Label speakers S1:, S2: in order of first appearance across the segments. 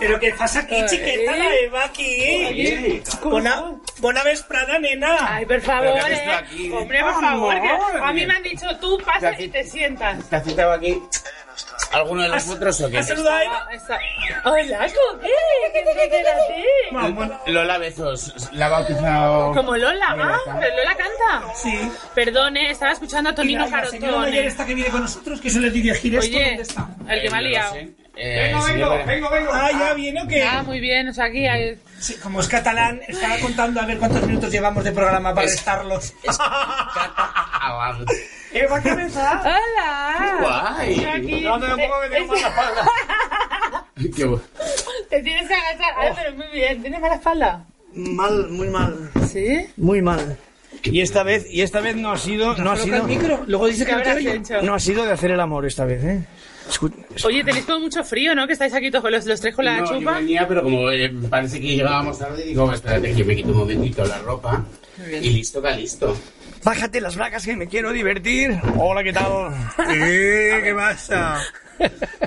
S1: Pero què fas aquí, xiqueta, la Eva, aquí? Bona, bona vesprada, nena.
S2: Ay, por favor,
S3: ¿Pero qué haces tú
S2: eh.
S3: aquí?
S2: Hombre, por
S3: Por
S2: favor. que
S3: favor.
S2: a mí me han dicho tú
S3: De
S2: pasas
S3: aquí.
S2: y te sientas.
S3: ¿Te has sentado aquí alguno de los otros o qué?
S1: Has saludat a Eva?
S2: Ah, esa- Hola, Coque. ¿Qué te quedas
S1: Mamón.
S3: Lola Bezos, la ha bautizado...
S2: Como Lola,
S3: Lola
S2: ¿ah?
S3: canta.
S2: Pero Lola canta.
S1: Sí.
S2: Perdone, estaba escuchando a
S1: Y la,
S2: Tonino
S1: la señora mayor
S2: Carotone.
S1: esta que viene con nosotros, que suele dirigir esto,
S2: Oye,
S1: ¿dónde está?
S2: el que me ha liado.
S3: vengo, vengo, vengo, vengo.
S1: Ah, ¿ya viene o qué?
S2: Ah, muy bien, o sea, aquí hay...
S1: Sí, como es catalán, estaba contando a ver cuántos minutos llevamos de programa para
S3: Es-
S1: estarlos.
S3: Ah, Guay.
S1: Eva, ¿qué pensás?
S2: ¡Hola! Yo aquí-
S3: la espalda. Qué bueno.
S2: Te tienes que agachar. Ay, pero muy bien. ¿Tienes mala espalda?
S4: Mal, muy mal.
S2: ¿Sí?
S4: Muy mal.
S5: Y esta vez, y esta vez no ha sido, no ha sido,
S4: micro, luego dice
S2: ¿Qué habrás hecho?
S5: no ha sido de hacer el amor esta vez, ¿eh? Escu-
S2: Oye, tenéis todo mucho frío, ¿no? Que estáis aquí todos con los, los tres con la
S3: No, yo
S2: chupa.
S3: venía, pero como eh, parece que llegábamos tarde, digo, espérate que me quito un momentito la ropa. Y listo, que listo.
S5: Bájate las bragas que me quiero divertir. Hola, ¿qué tal?
S6: Eh, ¿Qué pasa?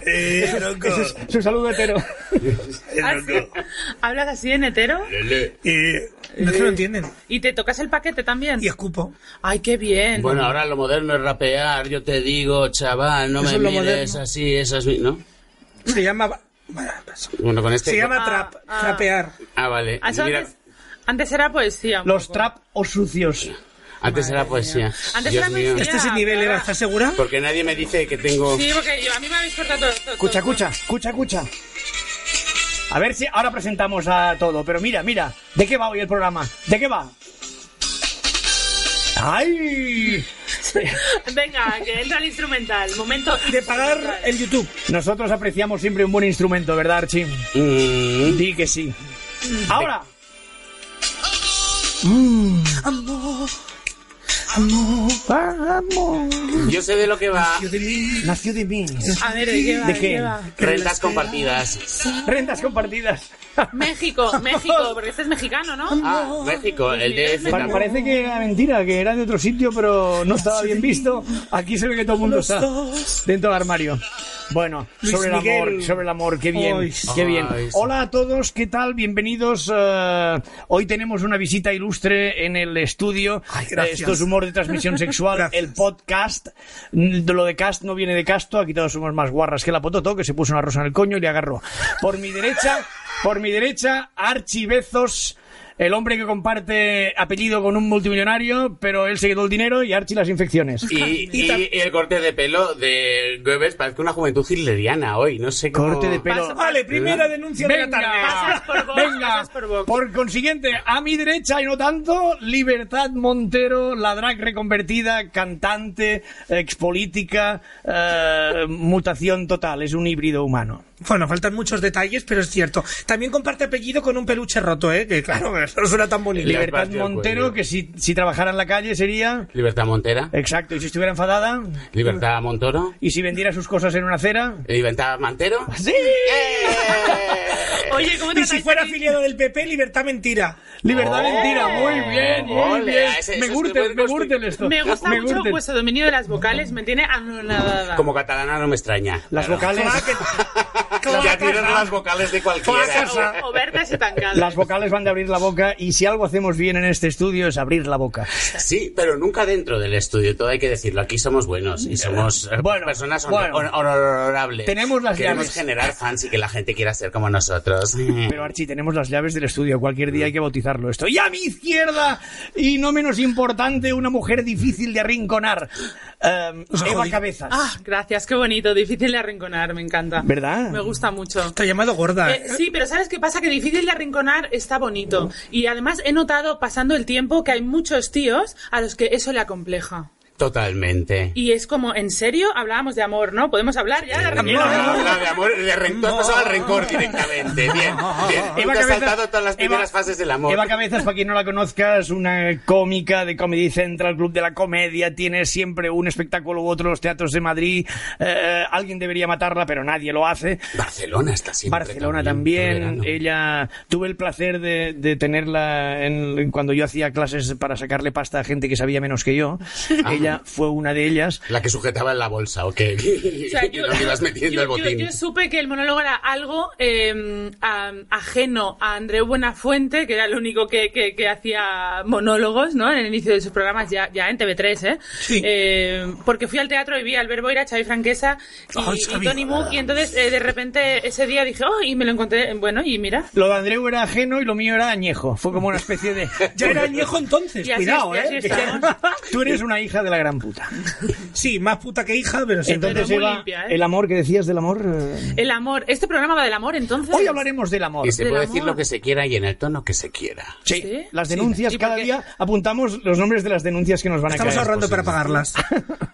S6: Eh, loco.
S5: Eso es su saludo hetero.
S6: Eh,
S2: Ah,
S6: loco.
S2: sí. ¿Hablas así en hetero?
S6: Eh, no se lo entienden.
S2: ¿Y te tocas el paquete también?
S6: Y escupo.
S2: Ay, qué bien.
S3: Bueno, ahora lo moderno es rapear, yo te digo, chaval, no
S6: Eso
S3: me
S6: es lo
S3: mires
S6: moderno.
S3: así, esas, mi- ¿no?
S6: Se llama... Bueno, paso.
S3: Bueno, con este...
S6: Se llama
S2: Ah,
S6: trap,
S2: ah.
S6: trapear.
S3: Ah, vale.
S2: Ah, eso
S3: Mira,
S2: antes, antes era poesía. un
S5: Los
S2: poco.
S5: trap o sucios.
S3: antes era poesía.
S2: Antes
S3: Dios
S2: era
S3: mío.
S2: poesía.
S6: Este es el nivel, Eva, ¿estás segura?
S3: Porque nadie me dice que tengo...
S2: Sí, porque yo, a mí me habéis cortado todo. todo,
S5: Escucha,
S2: todo.
S5: escucha, escucha, escucha. A ver si ahora presentamos a todo, pero mira, mira, ¿de qué va hoy el programa? ¿De qué va? ¡Ay!
S2: Venga, que entra el instrumental. Momento.
S6: De pagar
S2: instrumental.
S6: el YouTube.
S5: Nosotros apreciamos siempre un buen instrumento, ¿verdad, Archie?
S3: Mm,
S5: Di que sí. Ahora,
S3: Yo sé de lo que va.
S5: nació de mí.
S2: A ver, ¿de qué va?
S5: ¿De
S2: ¿De
S5: qué?
S2: qué va?
S3: Rentas compartidas.
S5: Rentas compartidas.
S2: México, México, porque este es mexicano, ¿no?
S3: Ah, México, el DF.
S5: Pa-
S3: también.
S5: parece que era mentira, que era de otro sitio, pero no estaba bien visto. Aquí se ve que todo el mundo está dentro del armario. Bueno,
S6: Luis
S5: sobre el amor,
S6: Miguel.
S5: sobre el amor, qué bien,
S6: Ay,
S5: qué bien.
S3: Ay, sí.
S5: Hola a todos, ¿qué tal? Bienvenidos. eh, hoy tenemos una visita ilustre en el estudio.
S6: Ay, gracias.
S5: Esto es humor de transmisión sexual,
S6: Gracias.
S5: el podcast. Mm, Lo de cast no viene de casto, aquí todos somos más guarras que la pototo, que se puso una rosa en el coño y le agarró. Por mi derecha, por mi derecha, Archie Bezos, el hombre que comparte apellido con un multimillonario, pero él se quedó el dinero y Archie las infecciones.
S3: Y, y- y el corte de pelo de Goebbels parece una juventud hitleriana hoy, no sé cómo...
S5: Corte de pelo.
S6: Vale, primera denuncia de la tarde.
S2: Pasas por Vox,
S5: venga.
S2: pasas por Vox.
S5: Por consiguiente, a mi derecha y no tanto, Libertad Montero, la drag reconvertida, cantante, expolítica, eh, mutación total, es un híbrido humano.
S6: Bueno, faltan muchos detalles, pero es cierto. También comparte apellido con un peluche roto, ¿eh? Que claro, eso no suena tan bonito.
S3: Le has
S5: Libertad
S3: partido el
S5: Montero,
S3: cuello.
S5: que si, si trabajara en la calle sería...
S3: Libertad Montera,
S5: Exacto, y si estuviera enfadada,
S3: Libertad Montoro,
S5: y si vendiera sus cosas en una acera...
S3: Libertad Mantero.
S5: ¡Sí!
S2: Oye, ¿cómo
S6: Y
S2: tratáis?
S6: si fuera afiliado del PP, libertad mentira.
S5: Libertad
S3: ¡Ole!
S5: mentira, muy bien, muy
S3: ¡Ole!
S5: bien.
S3: Ese- ese
S5: me
S3: es
S5: gusta,
S3: buen
S5: me
S3: costume.
S5: gusta esto.
S2: Me gusta mucho
S5: gurten.
S2: vuestro dominio de las vocales, me tiene anonadada.
S3: Como catalana no me extraña.
S5: Las
S3: claro.
S5: vocales,
S3: Ya tienen las vocales de cualquiera.
S2: O, o verdes y tangadas.
S5: las vocales van de abrir la boca y si algo hacemos bien en este estudio es abrir la boca.
S3: Sí, pero nunca dentro del estudio, todo hay que decirlo. Aquí somos buenos y somos eh,
S5: Bueno,
S3: personas hon-
S5: bueno.
S3: hon- honorables.
S5: Tenemos las
S3: Queremos
S5: llaves.
S3: generar fans y que la gente quiera ser como nosotros.
S5: Pero Archie, tenemos las llaves del estudio, cualquier
S3: Mm.
S5: día hay que bautizarlo esto. Y a mi izquierda, y no menos importante, una mujer difícil de arrinconar, eh,
S6: Os ha
S5: Eva
S6: jodido.
S5: Cabezas.
S2: Ah, gracias, qué bonito. Difícil de arrinconar, me encanta.
S5: ¿Verdad?
S2: Me gusta mucho.
S6: Te ha llamado gorda.
S2: Eh, sí, pero ¿sabes qué pasa? Que difícil de arrinconar está bonito. Y además he notado, pasando el tiempo, que hay muchos tíos a los que eso le acompleja.
S3: Totalmente.
S2: Y es como, ¿en serio? Hablábamos de amor, ¿no? Podemos hablar ya de
S3: Bien,
S2: arrinconar.
S3: habla- habla de amor, de rencor, tú has pasado al rencor directamente. Bien, bien. Tú te has saltado todas las primeras
S5: Eva-
S3: fases del amor.
S5: Eva Cabezas, para quien no la conozca, es una cómica de Comedy Central, Club de la Comedia, tiene siempre un espectáculo u otro en los teatros de Madrid. Eh, alguien debería matarla, pero nadie lo hace.
S3: Barcelona está siempre.
S5: Barcelona también.
S3: todo el verano.
S5: Ella tuve el placer de, de tenerla en- cuando yo hacía clases para sacarle pasta a gente que sabía menos que yo.
S3: Ah,
S5: ella fue una de ellas.
S3: La que sujetaba en la bolsa, ¿o qué?
S2: O sea,
S3: Que no le ibas metiendo
S2: yo-
S3: el
S2: yo-
S3: botín.
S2: yo supe que el monólogo era algo eh, a- ajeno a Andreu Buenafuente, que era el único que, que- que hacía monólogos, ¿no? En el inicio de sus programas, ya, ya en TV3, ¿eh? Eh, Porque fui al teatro y vi a Albert Boira, Xavi Franquesa y,
S6: Ay,
S2: y
S6: Xavi.
S2: Tony Mook, y entonces eh, de repente ese día dije, oh, y me lo encontré, bueno, y mira.
S5: Lo de Andreu era ajeno y lo mío era añejo. Fue como una especie de...
S6: Ya era añejo entonces,
S2: Y así,
S6: cuidado,
S2: y así
S6: ¿eh?
S2: estamos.
S5: Tú eres una hija de la gran puta.
S6: Sí, más puta que hija, pero sí.
S5: Entonces,
S2: muy
S5: Eva,
S2: limpia, ¿eh?
S5: el amor que decías del amor... eh,
S2: El amor. ¿Este programa va del amor entonces?
S5: Hoy hablaremos del amor.
S3: Y se
S2: del
S3: puede
S2: amor.
S3: decir lo que se quiera y en el tono que se quiera.
S5: Sí,
S2: ¿Sí?
S5: las denuncias,
S2: ¿Y por
S5: cada
S2: qué?
S5: día apuntamos los nombres de las denuncias que nos van a
S6: Estamos
S5: caer.
S6: ahorrando para pagarlas.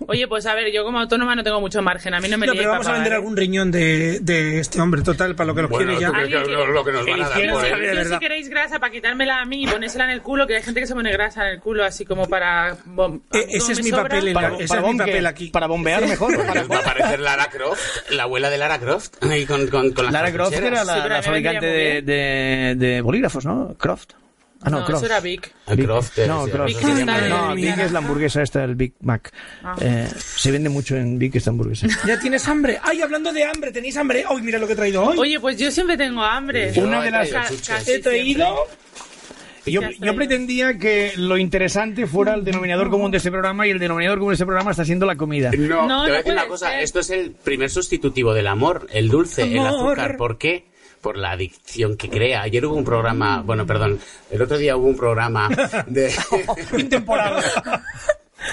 S2: Oye, pues a ver, yo como autónoma no tengo mucho margen. A mí no me
S6: No,
S2: liéis
S6: pero vamos
S2: para
S6: a vender
S2: pagar, ¿eh?
S6: algún riñón de, de este hombre, total, para lo que lo
S3: Bueno,
S6: quiere ya.
S3: tú crees que
S2: Alguien
S3: lo, lo que nos van a dar
S5: Eligieron
S3: por
S2: Yo
S3: él.
S6: de
S2: si
S6: verdad.
S2: queréis grasa para quitármela a mí y ponérsela en el culo, que hay gente que se pone grasa en el culo así como para... bom-
S6: E-
S2: como
S6: ese es
S2: me
S6: mi
S2: sobra.
S6: papel en
S5: Para,
S6: Ese
S5: para
S6: es mi
S5: bombe-
S6: papel aquí.
S5: para bombear mejor.
S3: Porque
S5: para-
S3: nos va a aparecer Lara Croft, la abuela de Lara Croft, ahí con, con, con las
S5: Lara Croft era
S3: cartucheras.
S5: la,
S2: Sí, pero
S5: la
S2: a mí me vendría
S5: fabricante de,
S2: muy
S5: de- de bolígrafos, ¿no? Croft. Ah, no,
S2: No,
S5: Croft.
S2: eso era Vic.
S3: El Croft, eh,
S5: no,
S3: sí,
S5: Croft.
S2: Vic está en
S5: no,
S2: el-
S5: Vic es la hamburguesa esta, el Big Mac. Eh, se vende mucho en Vic esta hamburguesa.
S6: ¿Ya tienes hambre? Ay, hablando de hambre, ¿tenéis hambre? Ay, mira lo que he traído hoy.
S2: Oye, pues yo siempre tengo hambre.
S3: Yo
S5: Una
S3: he
S5: de las-
S3: traído
S2: Ca-
S3: chuches.
S2: casi
S6: he traído...
S5: Yo,
S2: ¿Qué has
S5: yo
S2: traído?
S5: pretendía que lo interesante fuera el denominador común de este programa y el denominador común de este programa está siendo la comida.
S3: No,
S2: No,
S3: te voy
S2: no
S3: a decir una
S2: puede
S3: cosa.
S2: ser.
S3: Esto es el primer sustitutivo del amor, el dulce, el
S6: Amor.
S3: azúcar. ¿Por qué? Por la adicción que crea. Ayer hubo un programa, bueno, perdón, el otro día hubo un programa de,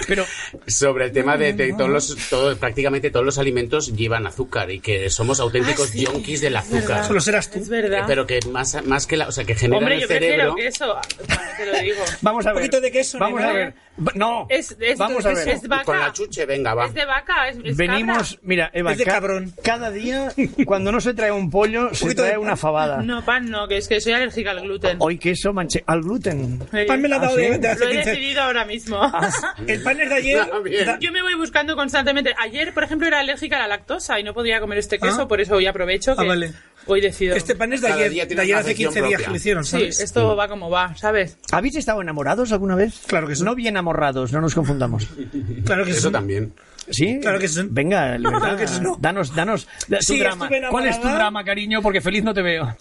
S5: Pero
S3: sobre el tema de, de todos los, todo- prácticamente todos los alimentos llevan azúcar y que somos auténticos yonkis del azúcar.
S6: Solo serás tú.
S2: Es
S3: Eh,
S2: Ah, verdad.
S3: Pero que más, más que la, o sea, que genera
S2: Hombre,
S3: en
S2: yo
S3: el
S2: prefiero
S3: cerebro.
S2: que eso. Ah, Bueno, te lo digo.
S5: vamos a ver.
S6: poquito de queso,
S5: vamos
S6: ¿no?
S5: a ver. Va- No.
S2: Es, es,
S5: vamos a
S2: es-
S5: ver.
S2: es vaca.
S3: Con la chuche, venga, va.
S2: Es de vaca. Es, es
S5: Venimos, mira, Eva,
S6: Es de
S5: ca-
S6: cabrón.
S5: cada día cuando no se trae un pollo se
S6: poquito de
S5: trae una fabada.
S2: cabra. No, pan no, que es que soy alérgica al gluten.
S5: Hoy queso manche al gluten.
S2: Eh,
S6: Pan me lo ha dado
S5: ¿Ah,
S6: de,
S5: sí?
S6: de hace
S2: lo he
S6: 15.
S2: decidido ahora mismo.
S6: Ah, El pan es de ayer.
S3: Ah, bien.
S6: da-
S2: Yo me voy buscando constantemente. Ayer, por ejemplo, era alérgica a la lactosa y no podía comer este queso,
S6: Ah.
S2: por eso hoy aprovecho que
S6: Ah, vale.
S2: hoy decido.
S6: Este pan es de
S3: Cada
S6: ayer.
S3: día
S6: De
S3: tiene
S6: ayer
S3: una
S6: hace
S3: sección
S6: 15 días
S3: propia.
S6: que lo hicieron,
S2: Sí,
S6: ¿sabes? Mm.
S2: esto va como va, ¿sabes?
S5: ¿Habéis estado enamorados alguna vez?
S6: Claro que sí.
S5: No bien amorrados, no nos confundamos.
S6: Claro que
S3: Eso
S6: sí.
S3: también.
S5: ¿Sí?
S6: Claro que sí.
S5: Venga, libertad.
S6: Claro que sí, no.
S5: Danos, danos da- tu
S6: Sí,
S5: drama.
S6: estuve enamorada.
S5: ¿Cuál es tu drama, cariño? Porque feliz no te veo.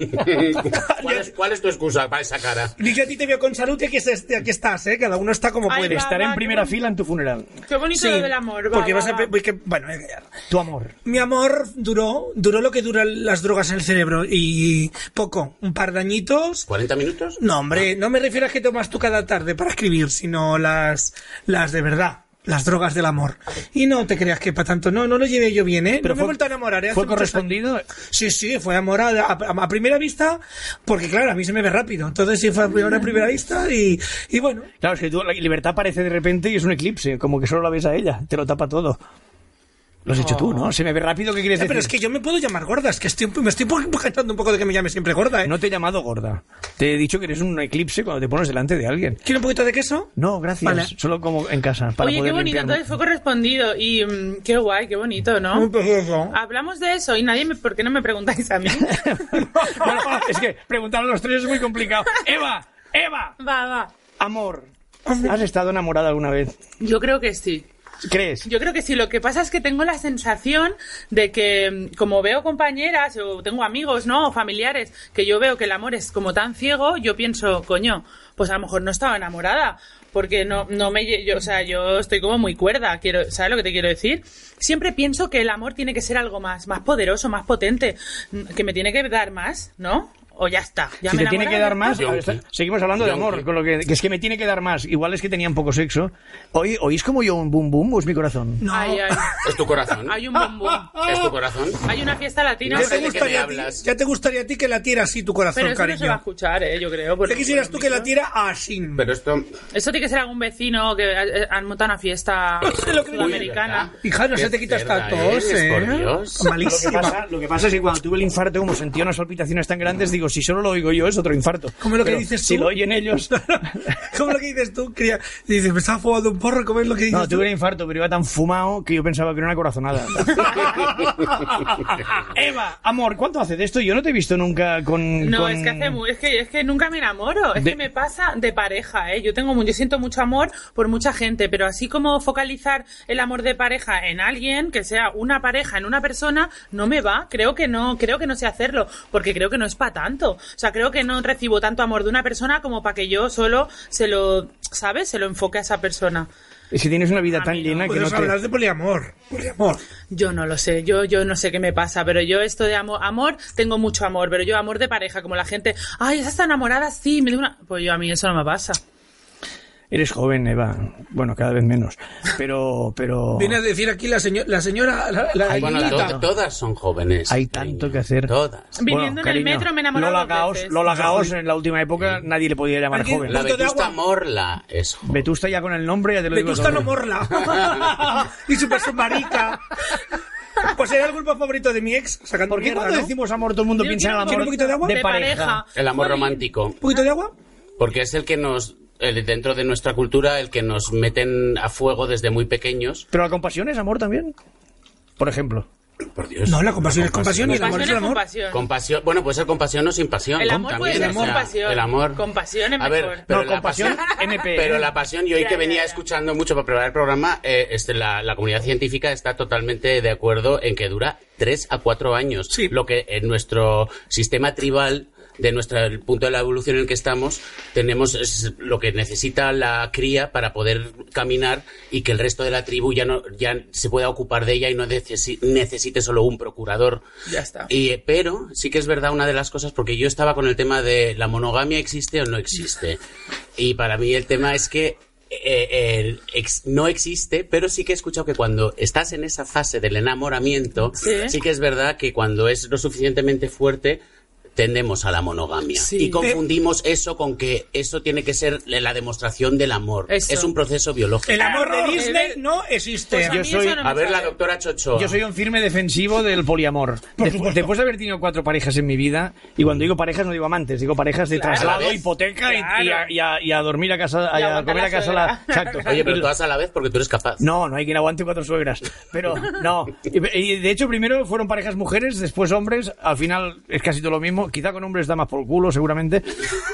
S3: ¿Cuál, es, cuál es tu excusa para esa cara?
S6: Ni yo a ti te veo con salud y aquí, es- aquí estás, ¿eh? Cada uno está como
S2: Ahí
S6: puede.
S2: va,
S5: Estaré en
S2: va,
S5: primera
S2: qué
S5: fila en tu funeral.
S2: Qué bonito
S6: Sí,
S2: lo del amor, va,
S6: porque
S2: va,
S6: vas a...
S2: va.
S6: pe- porque- bueno, eh,
S5: Tu amor.
S6: mi amor duró, duró lo que duran las drogas en el cerebro y poco, un par de añitos.
S3: ¿40 minutos?
S6: No, hombre, no me refiero a que tomas tú cada tarde para escribir, sino las, las de verdad. Las drogas del amor. Y no te creas que para tanto. No, no lo llevé yo bien, ¿eh? Pero no me he vuelto a enamorar, ¿eh?
S5: ¿Fue
S6: Hace muchos
S5: correspondido?
S6: Sí, sí, fue amor a, a- a primera vista, porque claro, a mí se me ve rápido. Entonces sí fue a primera, a primera vista y, y bueno.
S5: Claro, es que tú, la libertad aparece de repente y es un eclipse, como que solo la ves a ella, te lo tapa todo. Lo has hecho tú, ¿no? Se me ve rápido, ¿qué quieres
S6: Oh. Ya,
S5: decir?
S6: pero es que yo me puedo llamar gorda, es que estoy, me estoy quejando un poco de que me llame siempre gorda, ¿eh?
S5: No te he llamado gorda. Te he dicho que eres un eclipse cuando te pones delante de alguien.
S6: ¿Quiere un poquito de queso?
S5: No, gracias.
S6: Vale.
S5: Solo como en casa. Para
S2: Oye, qué
S5: poder
S2: bonito,
S5: limpiarme.
S2: entonces fue correspondido y mm, qué guay, qué bonito, ¿no?
S6: Un poquito.
S2: Hablamos de eso y nadie me... ¿Por qué no me preguntáis a mí?
S5: Bueno, es que preguntar a los tres es muy complicado. Eva, Eva,
S2: va, va.
S5: amor. ¿Has estado enamorada alguna vez?
S2: Yo creo que sí.
S5: ¿Crees?
S2: Yo creo que sí, lo que pasa es que tengo la sensación de que mm, como veo compañeras o tengo amigos, ¿no? O familiares, que yo veo que el amor es como tan ciego, yo pienso, coño, pues a lo mejor no estaba enamorada, porque no, no me... lle- Yo, o sea, yo estoy como muy cuerda, quiero, ¿sabes lo que te quiero decir? Siempre pienso que el amor tiene que ser algo más, más poderoso, más potente, mm, que me tiene que dar más, ¿no? O ya está. Ya
S5: si
S2: me
S5: te tiene
S2: enamoré,
S5: que
S2: ya
S5: dar más,
S2: está.
S5: a ver, está- seguimos hablando de amor, con lo que, que es que me tiene que dar más. Igual es que tenían poco sexo. Oye, ¿Oís como yo un boom boom o es mi corazón?
S6: No.
S2: Ay, ay,
S3: ¿Es tu corazón?
S2: hay un bombón.
S3: ¿Es tu corazón?
S2: Hay una fiesta latina.
S3: No
S6: Ya
S3: sé
S6: te,
S3: de qué me
S6: gustaría a ti,
S3: hablas.
S6: ya te gustaría a ti que la tira así tu corazón,
S2: Pero eso no se va a
S6: cariño.
S2: escuchar, ¿eh? yo creo. por-
S6: ¿Qué quisieras
S2: por
S6: tú
S2: el
S6: que la
S2: micro.
S6: tira así?
S3: Pero esto...
S2: Eso tiene que ser algún vecino que ha- han montado una fiesta
S6: Lo que-
S2: sudamericana.
S6: Hija, no
S3: Qué
S6: se te quita esta
S3: cerda
S6: tos,
S3: eres,
S6: ¿eh?
S3: por Dios.
S5: Lo que,
S6: Malísima.
S5: pasa, lo que pasa es que cuando tuve el infarto, como sentí unas palpitaciones tan grandes, digo, si solo lo oigo yo es otro infarto.
S6: Como lo que
S5: Pero
S6: dices
S5: Si
S6: tú.
S5: lo oyen ellos.
S6: ¿Cómo lo que dices tú? Cría? Dices, me estaba fumando un porro, ¿cómo es lo que dices
S5: No,
S6: tú?
S5: tuve un infarto, pero iba tan fumado que yo pensaba que era una corazonada. Eva, amor, ¿cuánto hace de esto? Yo no te he visto nunca con.
S2: No,
S5: con-
S2: es que hace mu- es que, es que nunca me enamoro, es
S5: De-
S2: que me pasa de pareja, ¿eh? Yo tengo mu- yo siento mucho amor por mucha gente, pero así como focalizar el amor de pareja en alguien, que sea una pareja en una persona, no me va, creo que no, creo que no sé hacerlo, porque creo que no es para tanto. O sea, creo que no recibo tanto amor de una persona como para que yo solo se lo, ¿sabes? Se lo enfoque a esa persona.
S5: Es que tienes una vida tan
S2: mí no.
S5: llena que no
S6: Puedes
S5: te.
S6: hablar Pues de poliamor. Poliamor.
S2: Yo no lo sé, yo, yo no sé qué me pasa, pero yo esto de amor, amor, tengo mucho amor, pero yo amor de pareja, como la gente, ay, esa está enamorada, sí, me dio una... Pues yo a mí eso no me pasa.
S5: Eres joven, Eva. Bueno, cada vez menos. Pero, pero.
S6: Viene a decir aquí la, seño- la señora, la, la
S3: Ay, bueno,
S6: niñita.
S3: to- todas son jóvenes.
S5: Hay tanto que hacer.
S3: Todas.
S5: Bueno,
S2: Viniendo en
S5: cariño,
S2: el metro me enamoré
S5: Lola
S2: dos
S5: Gaos,
S2: veces.
S5: Lola Gaos en la última época nadie le podía llamar
S6: Alguien-
S5: joven.
S3: La
S6: Punto de
S3: Vetusta
S6: agua.
S3: Morla es joven.
S5: Vetusta ya con el nombre ya te lo digo
S6: Vetusta
S5: todo.
S6: no morla. y super submarica. Pues era el grupo favorito de mi ex. Sacando
S5: ¿Por qué
S6: mierda,
S5: cuando
S6: ¿no?
S5: decimos amor todo el mundo
S2: Yo
S5: piensa en el
S2: quiero
S5: amor
S6: un poquito de agua.
S5: de pareja?
S3: El amor romántico.
S6: ¿Un poquito de agua?
S3: Porque es el que nos, el- dentro de nuestra cultura, el que nos meten a fuego desde muy pequeños.
S5: Pero la compasión es amor también. Por ejemplo.
S3: Por Dios.
S6: No, la compasión es compasión y el amor
S2: Pasión
S6: es
S2: es
S6: el amor.
S2: compasión.
S3: Compasión, bueno, puede ser compasión o sin pasión.
S2: El amor puede
S3: también,
S2: ser
S3: o
S2: con
S3: sea,
S2: pasión.
S3: El amor.
S2: Compasión es
S3: a ver,
S2: mejor.
S3: Pero
S5: no,
S3: la
S5: compasión NP.
S3: Pero la pasión, yo hoy que venía escuchando mucho para preparar el programa, eh, este, la, la comunidad científica está totalmente de acuerdo en que dura 3 a 4 años.
S6: Sí.
S3: Lo que en nuestro sistema tribal de nuestro el punto de la evolución en el que estamos, tenemos es lo que necesita la cría para poder caminar y que el resto de la tribu ya no ya se pueda ocupar de ella y no necesi- necesite solo un procurador.
S2: Ya está.
S3: Y, eh, pero sí que es verdad una de las cosas, porque yo estaba con el tema de la monogamia existe o no existe. Y para mí el tema es que eh, el ex- no existe, pero sí que he escuchado que cuando estás en esa fase del enamoramiento,
S2: Sí.
S3: sí que es verdad que cuando es lo suficientemente fuerte tendemos a la monogamia
S2: Sí.
S3: y confundimos eso con que eso tiene que ser la demostración del amor.
S2: Eso.
S3: Es un proceso biológico.
S6: El amor de
S2: Error.
S6: Disney no existe.
S2: Pues a mí
S5: Yo
S2: eso
S5: soy-
S2: no me
S3: A ver, la
S2: sale.
S3: doctora Chocho.
S5: Yo soy un firme defensivo del poliamor. Despu- después de haber tenido cuatro parejas en mi vida, y cuando digo parejas no digo amantes, digo parejas de
S2: Claro.
S3: A la
S5: traslado,
S3: vez.
S5: hipoteca y- y, a,
S2: Claro.
S5: y a- y a dormir a casa,
S2: Y
S5: a,
S2: aguantar
S5: comer
S2: la
S5: a casa la.
S2: suegra.
S5: Exacto.
S3: Oye, pero todas a la vez porque tú eres capaz.
S5: No, no hay quien aguante cuatro suegras. Pero no. Y, y, de hecho, primero fueron parejas mujeres, después hombres. Al final es casi todo lo mismo. Quizá con hombres da más por culo, seguramente.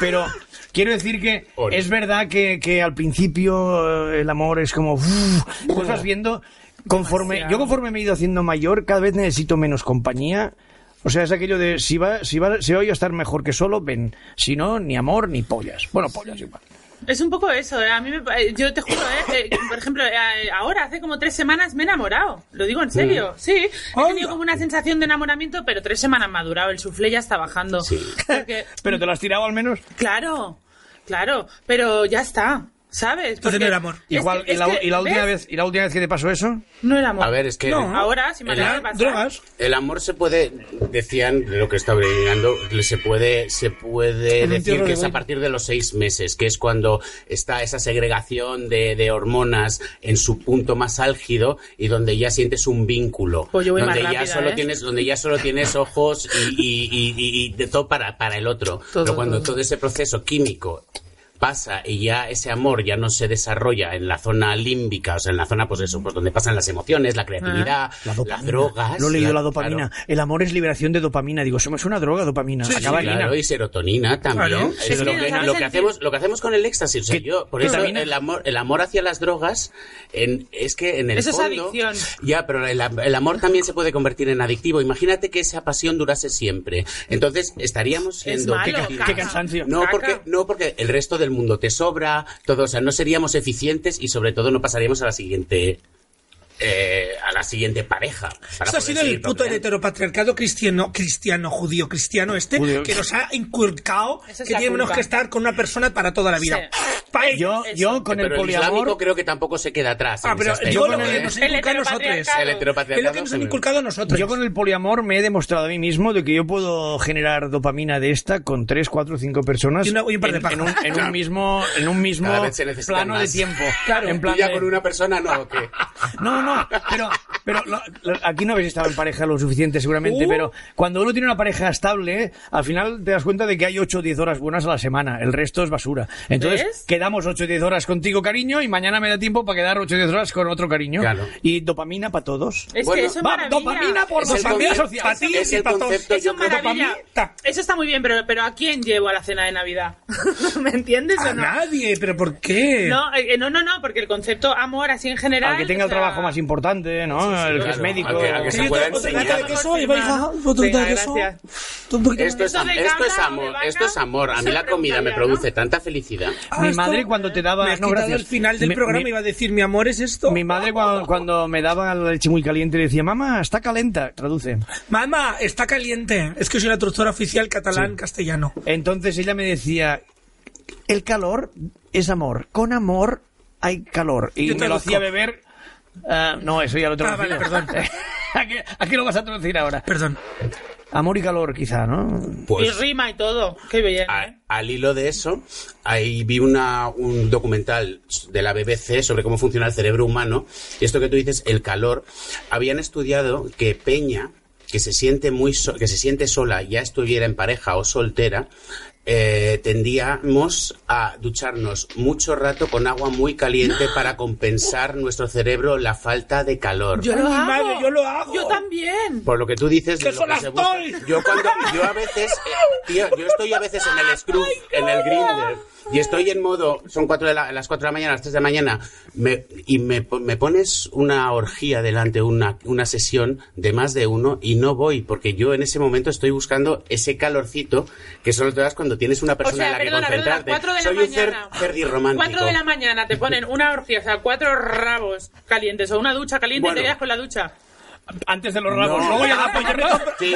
S5: Pero quiero decir que
S3: Ole.
S5: es verdad que, que al principio eh, el amor es como. uff, pues vas viendo. Conforme, yo conforme me he ido haciendo mayor, cada vez necesito menos compañía. O sea, es aquello de si va, si va, si voy a estar mejor que solo, ven. Si no, ni amor ni pollas. Bueno, pollas igual.
S2: Es un poco eso, eh, a mí me pa- eh, yo te juro, eh, eh, por ejemplo, eh, ahora hace como tres semanas me he enamorado, lo digo en serio, sí, he tenido como una sensación de enamoramiento, pero tres semanas me ha durado, el suflé ya está bajando,
S3: Sí.
S2: Porque-
S5: Pero te lo has tirado al menos.
S2: claro, claro, pero ya está, ¿sabes?
S6: Entonces no era amor.
S2: es
S5: Igual,
S2: que-
S5: y,
S2: es
S5: la,
S2: que,
S5: y la última
S2: ¿ves?
S5: vez, ¿y la última vez que te pasó eso?
S2: no era amor,
S3: A ver, es que
S2: ahora si me
S3: El-
S2: acaba de pasar.
S6: Drogas.
S3: El amor se puede, decían lo que estaba llegando, se puede, se puede decir que es a partir de los seis meses, que es cuando está esa segregación de, de hormonas en su punto más álgido y donde ya sientes un vínculo,
S2: Pues yo voy más
S3: donde ya
S2: rápida,
S3: solo
S2: ¿eh?
S3: tienes, donde ya solo tienes ojos y, y- y- y- y de todo para para el otro.
S2: Todo,
S3: Pero cuando
S2: todo.
S3: todo ese proceso químico pasa y ya ese amor ya no se desarrolla en la zona límbica, o sea, en la zona, pues eso, pues donde pasan las emociones, la creatividad, las drogas.
S5: Lo he leído
S3: la-
S5: la dopamina.
S3: claro.
S5: El amor es liberación de dopamina. Digo, somos una droga, dopamina.
S3: Sí,
S5: Acaba
S3: sí,
S5: en
S3: claro,
S5: ina.
S3: y serotonina también.
S6: Claro.
S3: Es
S2: Sí,
S3: lo,
S2: sí,
S3: que,
S2: ¿sabes
S3: lo que
S2: el
S3: hacemos, lo que hacemos con el éxtasis. o sea,
S5: ¿Qué-
S3: yo, por
S5: qué
S3: eso
S5: vitamina?
S3: el amor, el amor hacia las drogas en- es que en el
S2: Eso es
S3: fondo-
S2: adicción.
S3: Ya, pero el, am- el amor también se puede convertir en adictivo. Imagínate que esa pasión durase siempre. Entonces estaríamos siendo...
S2: malo,
S3: ¿qué-
S2: caca.
S5: Qué cansancio.
S3: No
S2: Caca.
S3: porque, no, porque el resto del mundo te sobra, todo, o sea, no seríamos eficientes y sobre todo no pasaríamos a la siguiente, eh, a la siguiente pareja. para
S6: Esto ha
S3: poder
S6: sido el
S3: seguir
S6: puto
S3: procreando.
S6: heteropatriarcado cristiano, cristiano, judío, cristiano este,
S5: Judío.
S6: que nos ha inculcado
S2: Esa es
S6: que
S2: la
S6: tenemos
S2: culpa.
S6: que estar con una persona para toda la vida. Pa' ellos.
S5: Yo,
S2: Eso.
S5: yo con el
S3: pero el
S5: poliamor.
S3: islámico creo que tampoco se queda atrás. en
S6: Ah,
S3: ese
S6: pero
S3: aspecto,
S6: yo lo
S3: ¿eh?
S6: que nos ha
S2: El
S6: inculcado a nosotros.
S2: heteropatriarcado.
S3: El
S6: Es
S3: heteropatriarcado
S6: lo que nos
S3: se
S6: han
S3: me-
S6: inculcado a nosotros.
S5: Yo con el poliamor me he demostrado a mí mismo de que yo puedo generar dopamina de esta con tres, cuatro, cinco personas
S6: Y una- y un par de
S5: en, en un,
S6: pajas.
S5: en un mismo, en un mismo
S3: Cada vez se necesitan
S5: plano de
S3: más.
S5: tiempo. En
S3: Tú
S5: plan
S3: ya
S5: de-
S3: con una persona no, ¿o qué?
S5: No, no, pero Pero lo- lo- aquí no habéis estado en pareja lo suficiente,
S3: Uh.
S5: seguramente. Pero cuando uno tiene una pareja estable, ¿eh? al final te das cuenta de que hay 8 o 10 horas buenas a la semana. El resto es basura. Entonces,
S2: ¿Ves?
S5: quedamos 8 o 10 horas contigo, cariño, y mañana me da tiempo para quedar 8 o 10 horas con otro cariño.
S3: Claro.
S5: Y dopamina para todos.
S2: Es
S3: Bueno,
S2: que eso es
S5: Va,
S2: maravilla.
S5: dopamina por
S3: Es el
S5: dopamina
S3: concepto-
S5: social.
S6: a ti
S3: es
S6: y
S3: el
S6: pa' todos.
S3: concepto,
S2: pues, Eso
S3: yo
S2: es
S3: creo.
S2: maravilla.
S6: dopamita.
S2: Eso está muy bien, pero, pero ¿a quién llevo a la cena de Navidad? ¿Me entiendes
S6: A
S2: o no?
S6: nadie, pero ¿por qué?
S2: No, eh, no, no, no, porque el concepto amor así en general.
S5: Al que tenga
S2: o
S5: el
S2: sea,
S5: trabajo más importante, ¿no? el que es
S3: claro.
S5: médico.
S3: Al que- al que se
S6: Sí,
S3: pueda
S6: otro- otro
S3: enseñar.
S6: plato de queso, y va, hija, otro
S2: Venga,
S6: plato de queso.
S2: gracias.
S6: Tú un poquito
S3: Esto es,
S2: Eso
S3: am-
S2: de
S3: esto
S2: gamba
S3: es
S2: o de
S3: amor,
S2: vaca,
S3: esto es amor. A
S2: eso
S3: mí la
S2: es
S3: comida me
S2: preguntarle,
S3: produce tanta felicidad.
S6: Ah,
S5: Mi
S6: esto-
S5: madre cuando te daba...
S6: Me has
S5: no,
S6: quitado
S5: gracias.
S6: el final del
S5: Mi-
S6: programa
S5: mi-
S6: iba a decir, mi amor, ¿es esto?
S5: Mi madre cuando, cuando me daba la leche muy caliente decía, mamá, está calenta, traduce.
S6: Mamá, está caliente. Es que soy la traductora oficial catalán-castellano.
S5: Entonces ella me decía, el calor es amor, con amor hay calor. Y
S6: Yo
S5: me lo
S6: traduzco.
S5: hacía beber... ah, no, eso ya lo
S6: Ah,
S5: traducí.
S6: vale, perdón.
S5: ¿A, qué, a qué lo vas a traducir ahora?
S6: Perdón.
S5: Amor y calor, quizá, ¿no?
S2: Y
S3: Pues
S2: rima y todo. Qué belleza.
S3: a-
S2: ¿eh?
S3: al hilo de eso, ahí vi una, un documental de la BBC sobre cómo funciona el cerebro humano. Y esto que tú dices, el calor. Habían estudiado que Peña, que se siente, muy so- que se siente sola, ya estuviera en pareja o soltera, eh, tendíamos a ducharnos mucho rato con agua muy caliente para compensar nuestro cerebro la falta de calor.
S6: Yo era
S2: Lo
S6: mi
S2: hago.
S6: madre, yo lo hago.
S2: Yo también.
S3: Por lo que tú dices, de
S6: ¡Que
S3: lo
S6: sola
S3: que se busca.
S6: estoy!
S3: Yo cuando, yo a veces, eh, tío, yo estoy a veces en el Scrooge, en el Grinder, y estoy en modo, son cuatro de la- las 4 de la mañana, las 3 de la mañana, me- y me, po- me pones una orgía delante, una, una sesión de más de uno, y no voy, porque yo en ese momento estoy buscando ese calorcito que solo te das cuando tienes una persona en la que
S2: perdona,
S3: concentrarte.
S2: cuatro de la
S3: Soy un cer-
S2: mañana.
S3: cerdi romántico.
S2: 4 de la mañana te ponen una orgía, o sea, cuatro rabos calientes o una ducha caliente y
S3: Bueno.
S2: te quedas con la ducha.
S5: Antes de los
S3: rabos,
S5: no.
S3: luego ya
S5: la
S3: Sí.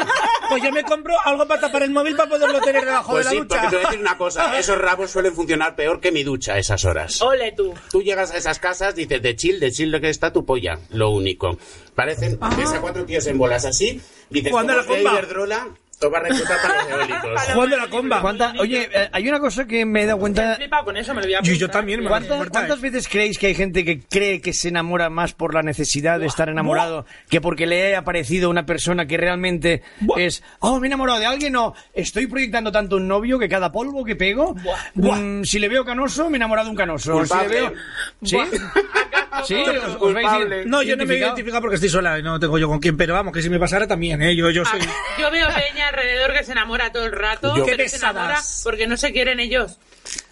S6: Pues yo me compro algo para tapar el móvil para poderlo tener debajo
S3: Pues
S6: de la
S3: sí,
S6: ducha.
S3: porque te voy a decir una cosa, esos rabos suelen funcionar peor que mi ducha a esas horas.
S2: Ole tú.
S3: Tú llegas a esas casas, dices, de chill, de chill, lo que está tu polla, lo único. Parecen, ves a cuatro tíos en bolas así, dices,
S6: Jugando a la
S3: como sea
S6: comba.
S3: Iberdrola, os va a reclutar para los eólicos.
S6: Jugando a la comba.
S5: Oye, eh, hay una cosa que me he dado cuenta...
S2: Flipa con eso, me lo voy a
S6: Yo- yo
S2: apuntar.
S6: también,
S2: Mira,
S6: madre.
S5: ¿Cuántas,
S6: Importa,
S5: cuántas
S6: eh.
S5: veces creéis que hay gente que cree que se enamora más por la necesidad de estar enamorado que porque le haya aparecido una persona que realmente es, oh, me he enamorado de alguien o estoy proyectando tanto un novio que cada polvo que pego, mm, si le veo canoso, me he enamorado de un canoso. O Si le
S3: Culpable.
S5: veo... ¿Sí? ¿Sí? ¿Os- os veis
S3: Culpable.
S6: No, yo no me
S5: identificado?
S6: identifico porque estoy sola y no tengo yo con quién, pero vamos, que si me pasara también, ¿eh? Yo, yo soy...
S2: ah, Yo veo peña alrededor que se enamora todo el rato,
S3: Yo-
S2: pero
S6: Qué
S2: se enamora
S6: pesadas.
S2: porque no se quieren ellos.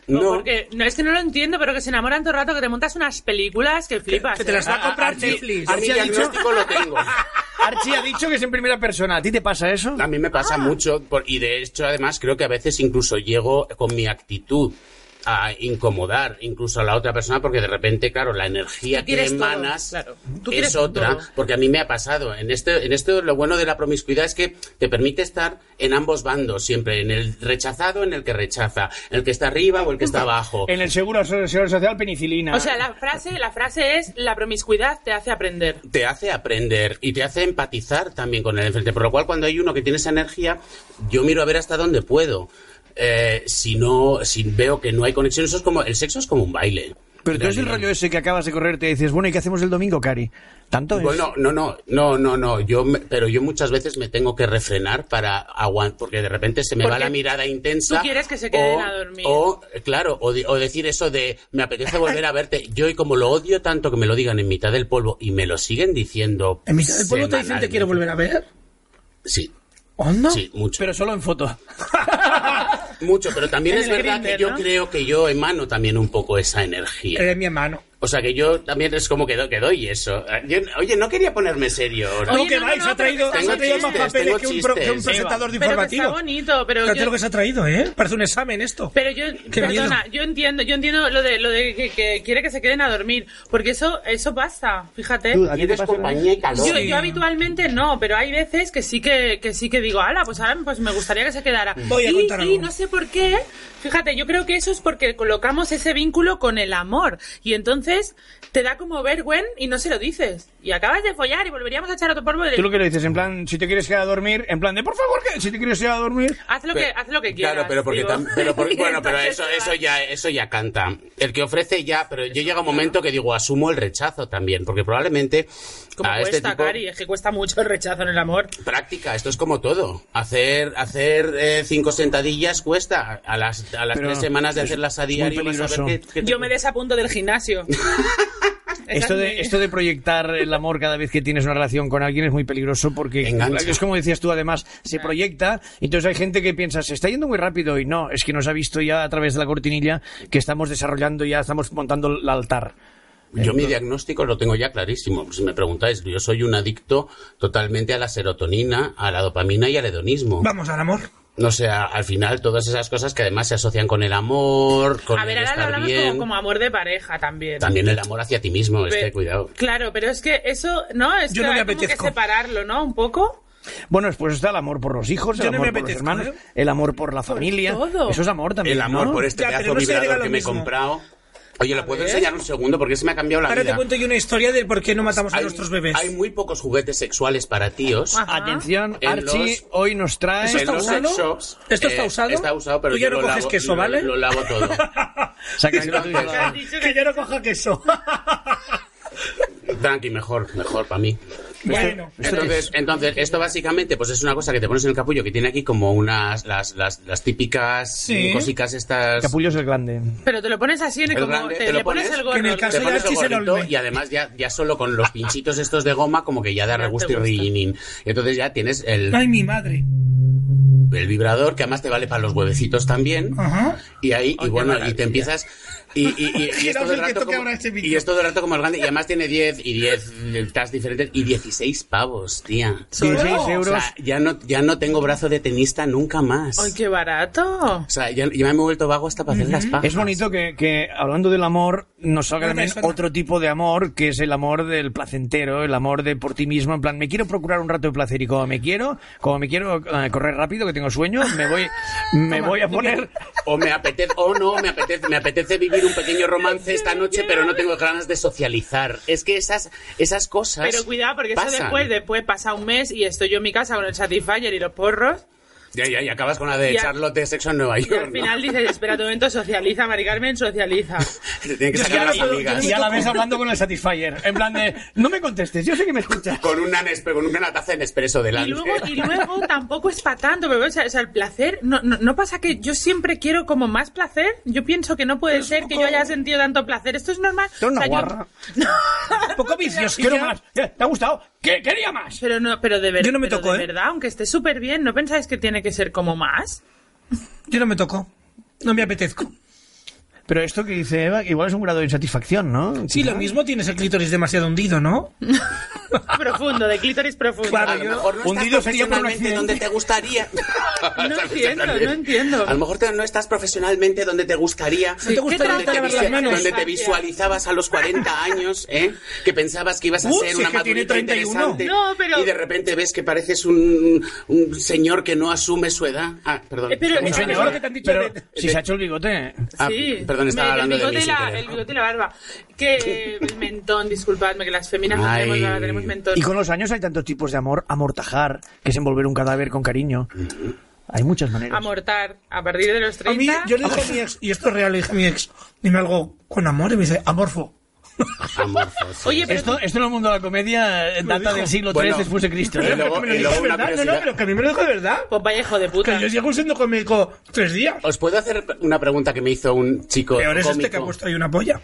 S2: O
S3: No.
S2: porque no es que no lo entiendo, pero que se enamoran todo el rato, que te montas unas películas que flipas.
S6: Que te
S2: ¿eh?
S6: las va a comprar
S3: Archie-
S6: Netflix.
S3: a mí
S5: Archie ha dicho-
S3: diagnóstico lo tengo.
S5: Archie ha dicho que es en primera persona. ¿A ti te pasa eso?
S3: A mí me pasa
S2: Ah.
S3: mucho, por- y de hecho, además, creo que a veces incluso llego con mi actitud a incomodar incluso a la otra persona porque de repente, claro, la energía
S2: Tú
S3: que
S2: quieres todo,
S3: emanas
S2: claro. Tú
S3: es
S2: quieres
S3: otra,
S2: todo.
S3: porque a mí me ha pasado. En esto, en esto lo bueno de la promiscuidad es que te permite estar en ambos bandos siempre, en el rechazado, en el que rechaza, en el que está arriba o el que está abajo.
S5: En el seguro so- Seguro social penicilina.
S2: O sea, la frase, la frase es la promiscuidad te hace aprender.
S3: te hace aprender y te hace empatizar también con el enfrente. Por lo cual, cuando hay uno que tiene esa energía, yo miro a ver hasta dónde puedo. Eh, si no, si veo que no hay conexión, eso es como el sexo es como un baile.
S5: Pero tú es
S3: Realmente.
S5: el
S6: este,
S5: rollo ese que acabas de correr, te dices, bueno, ¿y qué hacemos el domingo, Cari? Tanto es.
S3: Bueno, no, no, no, no, no. Yo, me- pero yo muchas veces me tengo que refrenar para aguantar, porque de repente se me
S2: Porque
S3: va la mirada intensa.
S2: tú quieres que se queden a dormir.
S3: O, claro, o, de- o decir eso de me apetece volver a verte. Yo y como lo odio tanto que me lo digan en mitad del polvo y me lo siguen diciendo.
S6: En mitad del pueblo te dicen te quiero volver a ver.
S3: Sí,
S6: ¿Onda?
S3: sí, mucho.
S5: Pero solo en foto.
S3: Mucho, pero también
S2: En
S3: es
S2: el
S3: verdad
S2: Grindr,
S3: que yo
S2: ¿no? Eh,
S3: creo que yo emano también un poco esa energía.
S6: Eres mi hermano.
S3: o sea que yo también es como que, do- que doy eso. Yo- oye, no quería ponerme serio ahora.
S2: Oye,
S6: No, que
S2: no,
S6: vais,
S2: no, no,
S6: ha
S2: pero
S6: traído,
S2: que
S6: ha traído
S3: está
S6: más
S3: bien.
S6: papeles
S3: Tengo
S6: que un, pro- que un
S3: chistes.
S6: presentador de
S2: Pero que
S6: informativo.
S2: está bonito, pero
S6: Fíjate
S2: yo-
S6: lo que se ha traído, ¿eh? Parece un examen esto.
S2: Pero yo,
S6: Qué
S2: perdona,
S6: miedo.
S2: yo entiendo, yo entiendo lo de, lo de que, que quiere que se queden a dormir, porque eso, eso pasa, fíjate.
S5: Tú, ¿a ti te
S3: Quieres
S5: pasa
S3: compañía y calor.
S2: Yo,
S6: Sí.
S2: yo habitualmente no, pero hay veces que sí que, que sí que digo, ala, pues ahora pues me gustaría que se quedara.
S6: Voy a
S2: y,
S6: contar
S2: y
S6: algo.
S2: no sé por qué, fíjate, yo creo que eso es porque colocamos ese vínculo con el amor. Y entonces te da como vergüenza y no se lo dices. Y acabas de follar y volveríamos a echar otro polvo. y le-
S5: Tú lo que le dices, en plan, si te quieres quedar a dormir, en plan de, por favor, que si te quieres quedar a dormir.
S2: Haz lo, que, haz lo que quieras.
S3: Claro, pero porque
S2: digo.
S3: tam- pero por-
S2: Y
S3: bueno, pero
S2: entonces
S3: eso,
S2: te
S3: eso
S2: vas.
S3: ya, eso ya canta. El que ofrece ya, pero yo llega un momento que digo, asumo el rechazo también, porque probablemente
S2: Como
S3: a
S2: cuesta,
S3: este tipo
S2: Cari, es que cuesta mucho el rechazo en el amor.
S3: práctica, esto es como todo. Hacer, hacer eh, cinco sentadillas cuesta. A las, a las
S5: Pero
S3: tres semanas de
S5: es
S3: hacerlas a
S5: muy
S3: diario vas a
S5: peligroso.
S3: ver que- que te-
S2: Yo me desapunto del gimnasio. Esa
S5: Esto
S2: es
S5: de,
S2: mi-
S5: esto de proyectar el amor cada vez que tienes una relación con alguien es muy peligroso porque
S3: Engancha.
S5: es como decías tú, además, se proyecta. Entonces hay gente que piensa, se está yendo muy rápido y no, es que nos ha visto ya a través de la cortinilla que estamos desarrollando ya, estamos montando el altar.
S3: Yo mi diagnóstico lo tengo ya clarísimo. Si me preguntáis, yo soy un adicto totalmente a la serotonina, a la dopamina y al hedonismo.
S6: Vamos al amor.
S3: No sé, a- al final todas esas cosas que además se asocian con el amor, con
S2: A ver,
S3: el
S2: ahora lo
S3: estar
S2: hablamos
S3: bien.
S2: como, como amor de pareja también.
S3: También el amor hacia ti mismo, este,
S2: Pero-
S3: cuidado.
S2: Claro, pero es que eso, ¿no? Es
S6: Yo
S2: que
S6: no me
S2: hay como
S6: apetezco.
S2: que separarlo, ¿no? Un poco.
S5: Bueno, después está el amor por los hijos, el
S6: Yo no
S5: amor
S6: me
S5: por los
S6: apetezco,
S5: hermanos,
S6: ¿eh?
S5: el amor por la familia.
S2: todo.
S5: Eso es amor también.
S3: El amor
S5: ¿no?
S3: por este
S6: Ya, pero
S3: pedazo
S6: no se
S3: vibrador
S6: llega lo
S3: que me he
S6: mismo.
S3: comprado. Oye, ¿lo puedo
S2: ver.
S3: enseñar un segundo? Porque se me ha cambiado la
S6: Ahora
S3: vida. Pues
S6: te cuento yo una historia del por qué no matamos a nuestros bebés.
S3: hay muy pocos juguetes sexuales para tíos.
S2: Ajá.
S5: Atención,
S3: En
S5: Archie
S3: los-
S5: hoy nos trae.
S6: ¿Eso está
S3: en los
S6: usado?
S3: sex shops,
S6: ¿Esto está usado?
S3: Está usado, pero
S6: Tú ya
S3: yo
S6: no
S3: lo
S6: coges
S3: lavo,
S6: queso,
S3: lo-
S6: ¿vale?
S3: Lo, lavo todo.
S5: Saca el gratuito.
S2: Has dicho que-
S6: yo no coja queso.
S3: Tranqui, mejor, mejor para mí.
S6: bueno,
S3: Entonces, entonces, esto básicamente, pues es una cosa que te pones en el capullo que tiene aquí como unas las, las, las típicas
S6: Sí.
S3: cositas estas.
S5: Capullo es el grande.
S2: Pero te lo pones así en el
S3: El
S2: como
S3: grande,
S2: te,
S3: te lo
S2: le pones,
S3: pones,
S2: el
S6: que en
S2: gorro.
S6: el caso
S3: Te
S6: Eso
S3: pones
S6: ya
S3: el
S6: sí se lo
S3: gorrito
S6: olvidé.
S3: y además ya, ya solo con los pinchitos estos de goma como que ya da
S2: Ya te
S3: regusto y
S2: gusta.
S3: rillín. Entonces ya tienes el,
S6: ay, mi madre.
S3: el vibrador que además te vale para los huevecitos también.
S6: Ajá.
S3: Y ahí, y qué bueno, y maravilla. te empiezas. Y, y, y, y, es
S6: Giraos
S3: todo el
S6: el que
S3: rato
S6: toque
S3: como,
S6: ahora este bicho.
S3: y es todo el rato como el grande. Y además tiene 10 y 10 tas diferentes y 16 pavos, tía.
S5: 16
S3: O
S5: euros.
S3: sea, ya no, ya no tengo brazo de tenista nunca más.
S2: Ay, qué barato.
S3: O sea, ya, ya me he vuelto vago hasta para hacer las pajas.
S5: Es bonito que, que, hablando del amor nos salga
S6: Otra
S5: también
S6: persona.
S5: otro tipo de amor que es el amor del placentero, el amor de por ti mismo, en plan me quiero procurar un rato de placer y como me quiero, como me quiero eh, correr rápido que tengo sueño, me voy me voy a poner
S3: O me apetece, o no, me apetece, me apetece vivir un pequeño romance esta noche, pero no tengo ganas de socializar. Es que esas, esas cosas.
S2: Pero cuidado, porque eso
S3: pasan.
S2: después, después pasa un mes y estoy yo en mi casa con el Satisfyer y los porros.
S3: Ya, ya, y acabas con la de
S2: Y al-
S3: Charlotte Sexo en Nueva York.
S2: Y al
S3: ¿no?
S2: final dices, espera un momento, socializa, Mari Carmen, socializa.
S3: Te tienen que
S6: Yo es que
S3: sacar
S6: no
S3: las
S6: puedo- yo
S3: amigas.
S5: y a la vez hablando con el Satisfyer, en plan de no me contestes, yo sé que me escuchas.
S3: Con una, Nespe- con una taza en expreso
S2: Y
S3: delante.
S2: luego, y luego tampoco es para tanto, pero o sea, o sea, el placer, no, no, no pasa que yo siempre quiero como más placer. Yo pienso que no puede ser que yo haya sentido tanto placer. Esto es normal.
S5: Esto es una
S2: O sea, yo-
S5: guarra.
S6: Un poco vicioso.
S5: Quiero más. Eh, ¿Te ha gustado? ¿Qué quería más?
S2: Pero no, pero de verdad.
S6: Yo no me toco,
S2: de
S6: ¿eh?
S2: verdad, aunque esté súper bien, ¿no pensáis que tiene que ser como más?
S6: Yo no me toco. No me apetezco.
S5: Pero esto que dice Eva, igual es un grado de insatisfacción, ¿no?
S6: Sí, lo mismo tienes el clítoris demasiado hundido, ¿no?
S2: profundo, de clítoris profundo.
S6: Claro,
S3: A
S6: yo-
S3: lo mejor no
S5: hundido
S3: estás
S5: sería por un
S3: profesionalmente donde te gustaría.
S2: No entiendo, no entiendo.
S3: A lo mejor te- no estás profesionalmente donde te gustaría.
S6: ¿No te
S2: ¿Qué
S6: gusta
S2: trata
S3: donde,
S6: tanto
S3: te
S2: de
S6: lavar
S3: visu-
S6: las manos?
S3: donde te visualizabas a los 40 años, ¿eh? que pensabas que ibas a
S6: Uh,
S3: ser
S6: si
S3: una
S6: es que tiene
S3: madurita
S6: 31.
S3: interesante
S2: No, pero-
S3: y de repente ves que pareces un, un señor que no asume su edad. Ah, perdón.
S2: Eh, pero-
S3: Estamos
S2: eh,
S3: hablando
S2: pero-
S3: de-
S6: que te han dicho
S5: Pero
S6: de-
S5: si se ha hecho el bigote.
S3: Ah,
S2: sí,
S3: perdón, estaba
S2: Me-
S3: hablando
S2: el
S3: de ¿eh?
S2: bigote
S3: mí
S2: y
S3: sin
S2: la,
S3: querer.
S2: el bigote y la barba. Que eh, el mentón, disculpadme, que las feminas no
S3: Ay.
S2: tenemos, barba, tenemos mentón.
S5: Y con los años hay tantos tipos de amor. Amortajar, que es envolver un cadáver con cariño. Hay muchas maneras.
S2: Amortar, a partir de los
S6: A mí,
S2: 30.
S6: yo le dije a mi ex, y esto es real, le dije a mi ex, dime algo con amor, y me dice, amorfo.
S3: Amorfo, sí.
S2: Oye, pero
S5: Esto, esto en el mundo de la comedia eh, data
S6: dijo.
S5: del siglo III
S3: Bueno,
S5: después de Cristo. ¿eh?
S3: y luego-
S6: Que me lo
S3: y
S6: dijo
S3: luego
S6: de
S3: una
S6: verdad, no, no,
S3: curiosidad.
S6: pero que a mí me lo dijo de verdad.
S2: pues vaya hijo de puta.
S6: Que yo llego siendo cómico tres días.
S3: ¿Os puedo hacer una pregunta que me hizo un chico
S6: Peor es este
S3: cómico?
S6: que ha puesto ahí una polla.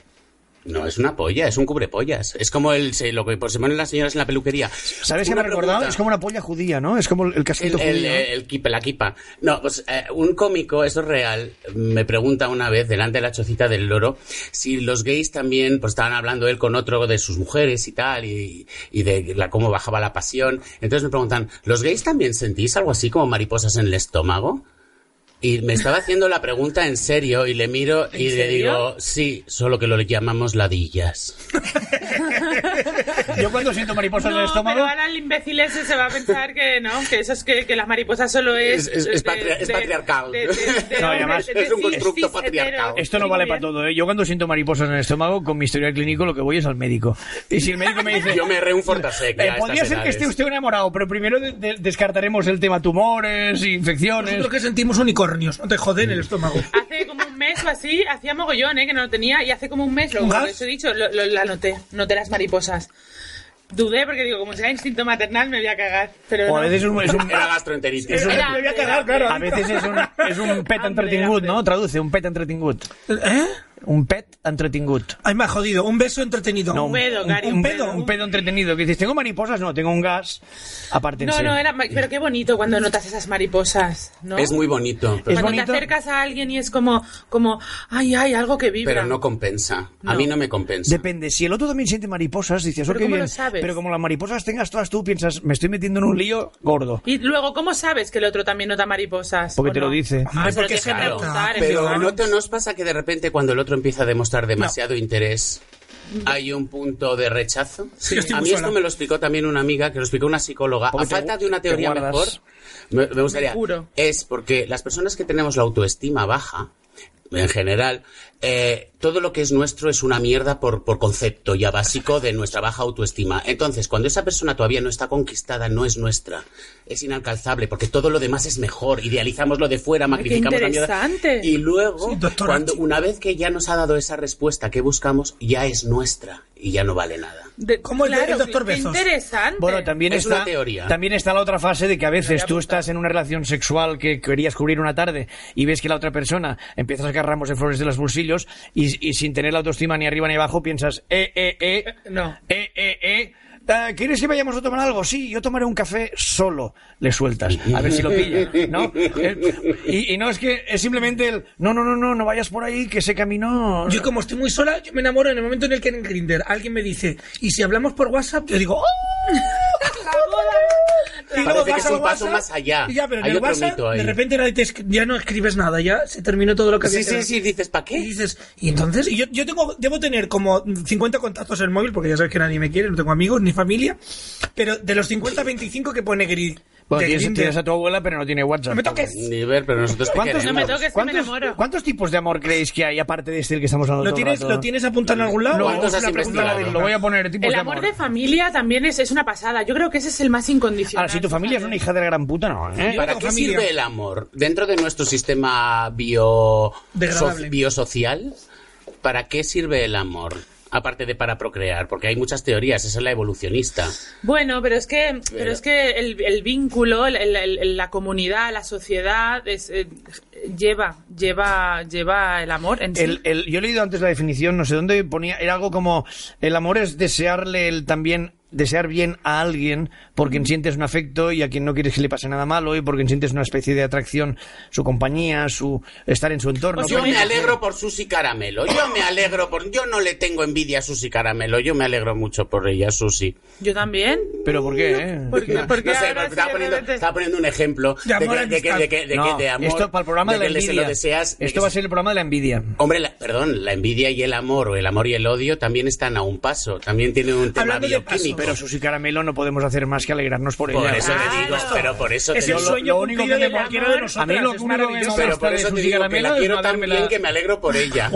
S3: No, es una polla, es un cubrepollas. Es como el, se- lo que pues, se ponen las señoras en la peluquería.
S5: ¿Sabes qué
S3: Una
S5: me ha recordado?
S3: pregunta.
S5: Es como una polla judía, ¿no? Es como el, el casquito
S3: El, el,
S5: judío.
S3: el kipa- la kipa. No, pues eh, un cómico, eso es real, me pregunta una vez delante de la chocita del loro si los gays también, pues estaban hablando él con otro de sus mujeres y tal, y, y de la, cómo bajaba la pasión. Entonces me preguntan, ¿los gays también sentís algo así como mariposas en el estómago? Y me estaba haciendo la pregunta en serio y le miro y le
S2: serio?
S3: digo, sí, solo que lo llamamos ladillas.
S5: Yo cuando siento mariposas en el
S2: No,
S5: estómago.
S2: pero ahora el imbécil ese se va a pensar que no, que eso es que, que las mariposas solo es...
S3: Es- es- es patria- es patriarcal.
S5: No, y además
S3: es un constructo patriarcal.
S5: Esto no vale para todo, ¿eh? Yo cuando siento mariposas en el estómago, con mi historial clínico lo que voy es al médico. Y si el médico me dice...
S3: Yo me reo un Fortasec.
S5: eh,
S3: ya a
S5: podría
S3: estas
S5: ser que
S3: edades.
S5: esté usted enamorado, pero primero de- de- descartaremos el tema tumores, infecciones...
S6: Nosotros que sentimos unicornios, no te joden el estómago.
S2: Hace como un mes o así, hacía mogollón, ¿eh? que no lo tenía, y hace como un mes, lo
S6: ¿Un
S2: por
S6: gas?
S2: eso he dicho, lo- lo- la noté, noté las mariposas. Dudé porque digo, como sea instinto maternal me voy a cagar, pero
S5: O
S2: no.
S5: a veces es un... es un-
S3: Era gastroenteritis.
S5: es un-
S2: Era-
S5: me voy a cagar, claro. A veces es un, es un pet
S2: Hambre,
S5: entretingut,
S2: hambre.
S5: ¿no? Traduce, un pet entretingut.
S6: ¿Eh?
S5: Un pet entretingut.
S6: Ay, me ha jodido. Un beso entretenido.
S5: No,
S2: Un pedo, Gary,
S5: un,
S2: un
S5: pedo,
S2: pedo.
S5: un pedo entretenido. Que dices, tengo mariposas, no, tengo un gas. Aparte,
S2: No, no, era, ma- pero qué bonito cuando notas esas mariposas, ¿no?
S3: Es muy bonito, pero,
S5: Es
S2: cuando
S5: bonito.
S2: te acercas a alguien y es como, como, ay, ay, algo que vibra.
S3: pero no compensa. A
S2: No.
S3: mí no me compensa.
S5: Depende, si el otro también siente mariposas, dices,
S2: Pero
S5: ok,
S2: ¿cómo
S5: bien.
S2: lo sabes?
S5: Pero como las mariposas tengas todas tú, piensas, me estoy metiendo en un lío gordo.
S2: Y luego, ¿cómo sabes que el otro también nota mariposas?
S5: Porque
S2: ¿O
S5: te lo
S2: no?
S5: dice.
S2: Pues se lo
S6: porque
S2: tienes que
S6: se nota.
S2: preguntar,
S3: Pero
S2: en
S3: ¿no,
S2: plan.
S3: te- no os pasa que de repente cuando el otro empieza a demostrar demasiado interés hay un punto de rechazo?
S6: Sí, yo estoy
S3: a
S6: muy
S3: mí
S6: sola.
S3: esto me lo explicó también una amiga, que lo explicó una psicóloga.
S5: Porque
S3: a
S5: te
S3: falta
S5: gu-
S3: de una
S5: te
S3: teoría mejor,
S5: guardas.
S3: me, me gustaría...
S2: juro.
S3: Es porque las personas que tenemos la autoestima baja, en general, eh, todo lo que es nuestro es una mierda por, por concepto ya básico de nuestra baja autoestima. Entonces, cuando esa persona todavía no está conquistada, no es nuestra. Es inalcanzable, porque todo lo demás es mejor. Idealizamos lo de fuera, magnificamos la mierda.
S2: interesante.
S3: Y luego,
S6: Sí, doctora,
S3: cuando,
S6: sí.
S3: una vez que ya nos ha dado esa respuesta que buscamos, ya es nuestra y ya no vale nada.
S2: De-
S6: ¿Cómo el de- el
S2: claro,
S6: doctor
S2: qué
S6: Bezos?
S2: interesante.
S5: Bueno, también
S3: Es
S5: está
S3: una teoría.
S5: también está la otra fase de que a veces tú estás en una relación sexual que querías cubrir una tarde y ves que la otra persona empieza a sacar ramos de flores de los bolsillos y, y sin tener la autoestima ni arriba ni abajo piensas eh eh eh
S2: no.
S5: eh eh eh ah, ¿Quieres que vayamos a tomar algo? Sí, yo tomaré un café solo. Le sueltas. A ver si lo pilla. ¿no? Eh, Y, y no es que es simplemente el. No, no, no, no, no vayas por ahí, que ese camino.
S6: Yo como estoy muy sola, yo me enamoro en el momento en el que en Grinder alguien me dice, ¿y si hablamos por WhatsApp? Yo digo, ¡oh! Y
S3: Parece
S6: luego
S3: que
S6: vas
S3: es un
S6: al
S3: paso
S6: WhatsApp,
S3: más allá.
S6: y Ya, pero en
S3: Hay
S6: el
S3: otro
S6: WhatsApp,
S3: mito ahí.
S6: de repente nadie te esc- ya no escribes nada, ya se terminó todo lo que había
S3: Sí,
S6: que
S3: sí,
S6: ver.
S3: sí, dices, ¿para
S6: Y
S3: qué?
S6: dices, y entonces, y yo, yo tengo, debo tener como 50 contactos en el móvil, porque ya sabes que nadie me quiere, no tengo amigos ni familia, pero de los 50, 25 que pone gris.
S5: Bueno,
S6: de
S5: tienes,
S6: Grindr.
S5: tienes a tu abuela, pero no tiene WhatsApp.
S6: No me toques.
S3: Ni ver, pero nosotros te
S5: ¿Cuántos,
S3: queremos.
S2: No me toques, que me
S5: ¿cuántos-
S2: enamoro.
S5: cuántos tipos de amor creéis que hay aparte de este del que estamos hablando?
S6: ¿Lo
S5: todo el
S6: tienes,
S5: rato?
S6: ¿Lo tienes apuntado en algún lado?
S5: Lo-
S3: ¿Cuántos
S5: lo-
S3: has
S5: lo-
S3: investigado?
S5: Lo voy a poner tipos
S2: El
S5: de
S2: amor
S5: amor.
S2: de familia también es, es una pasada. Yo creo que ese es el más incondicional.
S5: Ahora, si tu familia es una hija de la gran puta, no, ¿eh?
S3: ¿Para
S6: Yo
S3: qué
S6: tengo familia.
S3: sirve el amor? Dentro de nuestro sistema bio...
S6: Degradable.
S3: so- biosocial, ¿para qué sirve el amor? Aparte de para procrear, porque hay muchas teorías, esa es la evolucionista.
S2: Bueno, pero es que, pero es que el, el vínculo, el- el- el- la comunidad, la sociedad, es, eh, lleva, lleva, lleva el amor en sí.
S5: El- eh, el- yo he leído antes la definición, no sé dónde ponía, era algo como el amor es desearle el también desear bien a alguien por quien sientes un afecto y a quien no quieres que le pase nada malo y por quien sientes una especie de atracción, su compañía, su estar en su entorno.
S2: Pues
S3: Yo
S5: Pero-
S3: me alegro por Susi Caramelo. Yo me alegro por. Yo no le tengo envidia a Susi Caramelo. Yo me alegro mucho por ella, Susi.
S2: Yo también.
S5: Pero ¿por qué? eh?
S2: Porque, porque
S3: no sé,
S2: ahora
S3: porque
S2: sí
S3: estaba,
S2: de
S3: poniendo,
S2: repente-
S3: estaba poniendo un ejemplo
S6: De amor
S3: que, de, que,
S6: amistad.
S3: de, que- de
S5: No,
S3: que- de amor.
S5: esto para el programa de, la
S3: que le- se
S5: envidia.
S3: lo deseas. de
S5: esto
S3: que
S5: va a
S3: se-
S5: ser el programa de la envidia.
S3: Hombre, la- perdón, la envidia y el amor, o el amor y el odio, también están a un paso. También tienen un tema
S6: Hablando de pasos,
S3: bioquímico.
S5: Pero Susi Caramelo no podemos hacer más que alegrarnos por,
S3: por
S5: ella.
S3: eso
S2: Claro.
S3: te digo, pero por eso
S6: Es
S3: te
S6: el
S3: digo-
S6: sueño
S5: lo único
S6: cumplido
S5: que
S6: de
S5: me-
S6: cualquiera de nosotros.
S5: a mí lo
S6: es
S5: único que me
S6: maravilloso.
S5: mola-
S3: Pero por
S5: de
S3: eso te
S5: Susi
S3: digo que
S5: Caramelo
S3: la
S5: es
S3: quiero tan
S5: mandármela-
S3: bien que me alegro por ella.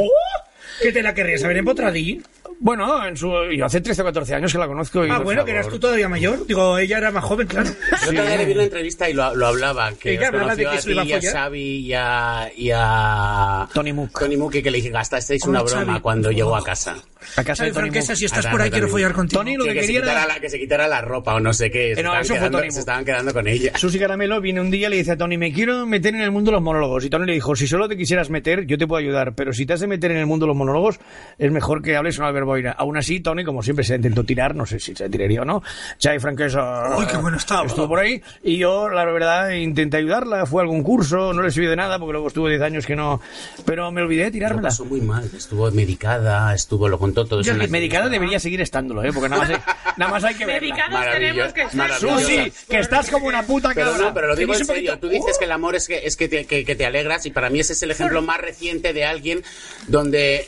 S6: ¿Que te la querrías haber empotradí?
S5: Bueno, en su, yo hace 13 o 14 años que la conozco. Y,
S6: Ah,
S5: por
S6: bueno, que
S5: favor.
S6: eras tú todavía mayor. Digo, ella era más joven, claro.
S3: Yo todavía le vi una entrevista y lo, lo hablaba, que
S6: Ella
S3: os
S6: hablaba de
S3: conoció
S6: que
S3: a
S6: se iba a
S3: ti, y a
S6: follar.
S3: Xavi y a, y a-
S5: Tony Mook.
S3: Tony Mook y que le dije, gastasteis una
S6: Oh,
S3: broma
S6: Xavi.
S3: cuando llegó a casa.
S5: A casa de
S6: Ay,
S5: Tony
S6: Franquesa,
S5: Mook.
S6: si estás
S3: Ah,
S6: por ahí,
S3: Tony
S6: quiero
S3: Mook.
S6: follar contigo.
S5: Tony, lo
S3: Que,
S5: que
S3: que se
S5: quería
S3: quitara
S5: era...
S3: la, que se quitara la ropa o no sé qué. se,
S5: no,
S3: estaban
S5: eso fue
S3: quedando,
S5: Tony
S3: se
S5: Mook.
S3: estaban quedando con ella.
S5: Susi Caramelo viene un día y le dice a Tony, me quiero meter en el mundo de los monólogos. Y Tony le dijo, si solo te quisieras meter, yo te puedo ayudar, pero si te has de meter en el mundo de los monólogos, es mejor que hables una verboina. Aún así, Tony, como siempre, se intentó tirar, no sé si se tiraría o no. Chai Franquesa
S6: Uy, qué bueno estaba.
S5: ah, estuvo por ahí. Y yo, la verdad, intenté ayudarla, fue a algún curso, no le sirvió de nada, porque luego estuvo 10 años que no... Pero me olvidé de
S3: Lo
S5: tirármela.
S3: pasó muy mal. Estuvo medicada, estuvo, lo contó todo. eso
S5: Yo,
S3: en la
S5: medicada
S3: entrevista.
S5: debería seguir estándolo, ¿eh? porque nada más hay, nada más hay que verla.
S2: Medicados
S3: Maravilloso,
S2: tenemos que estar.
S3: maravilloso.
S5: Susi, que estás como una puta
S3: Pero
S5: cabra.
S3: no, pero lo digo en
S5: Tenéis un
S3: serio.
S5: poquito- uh.
S3: Tú dices que el amor es que, es que, te, que- que te alegras y para mí ese es el ejemplo más reciente de alguien donde...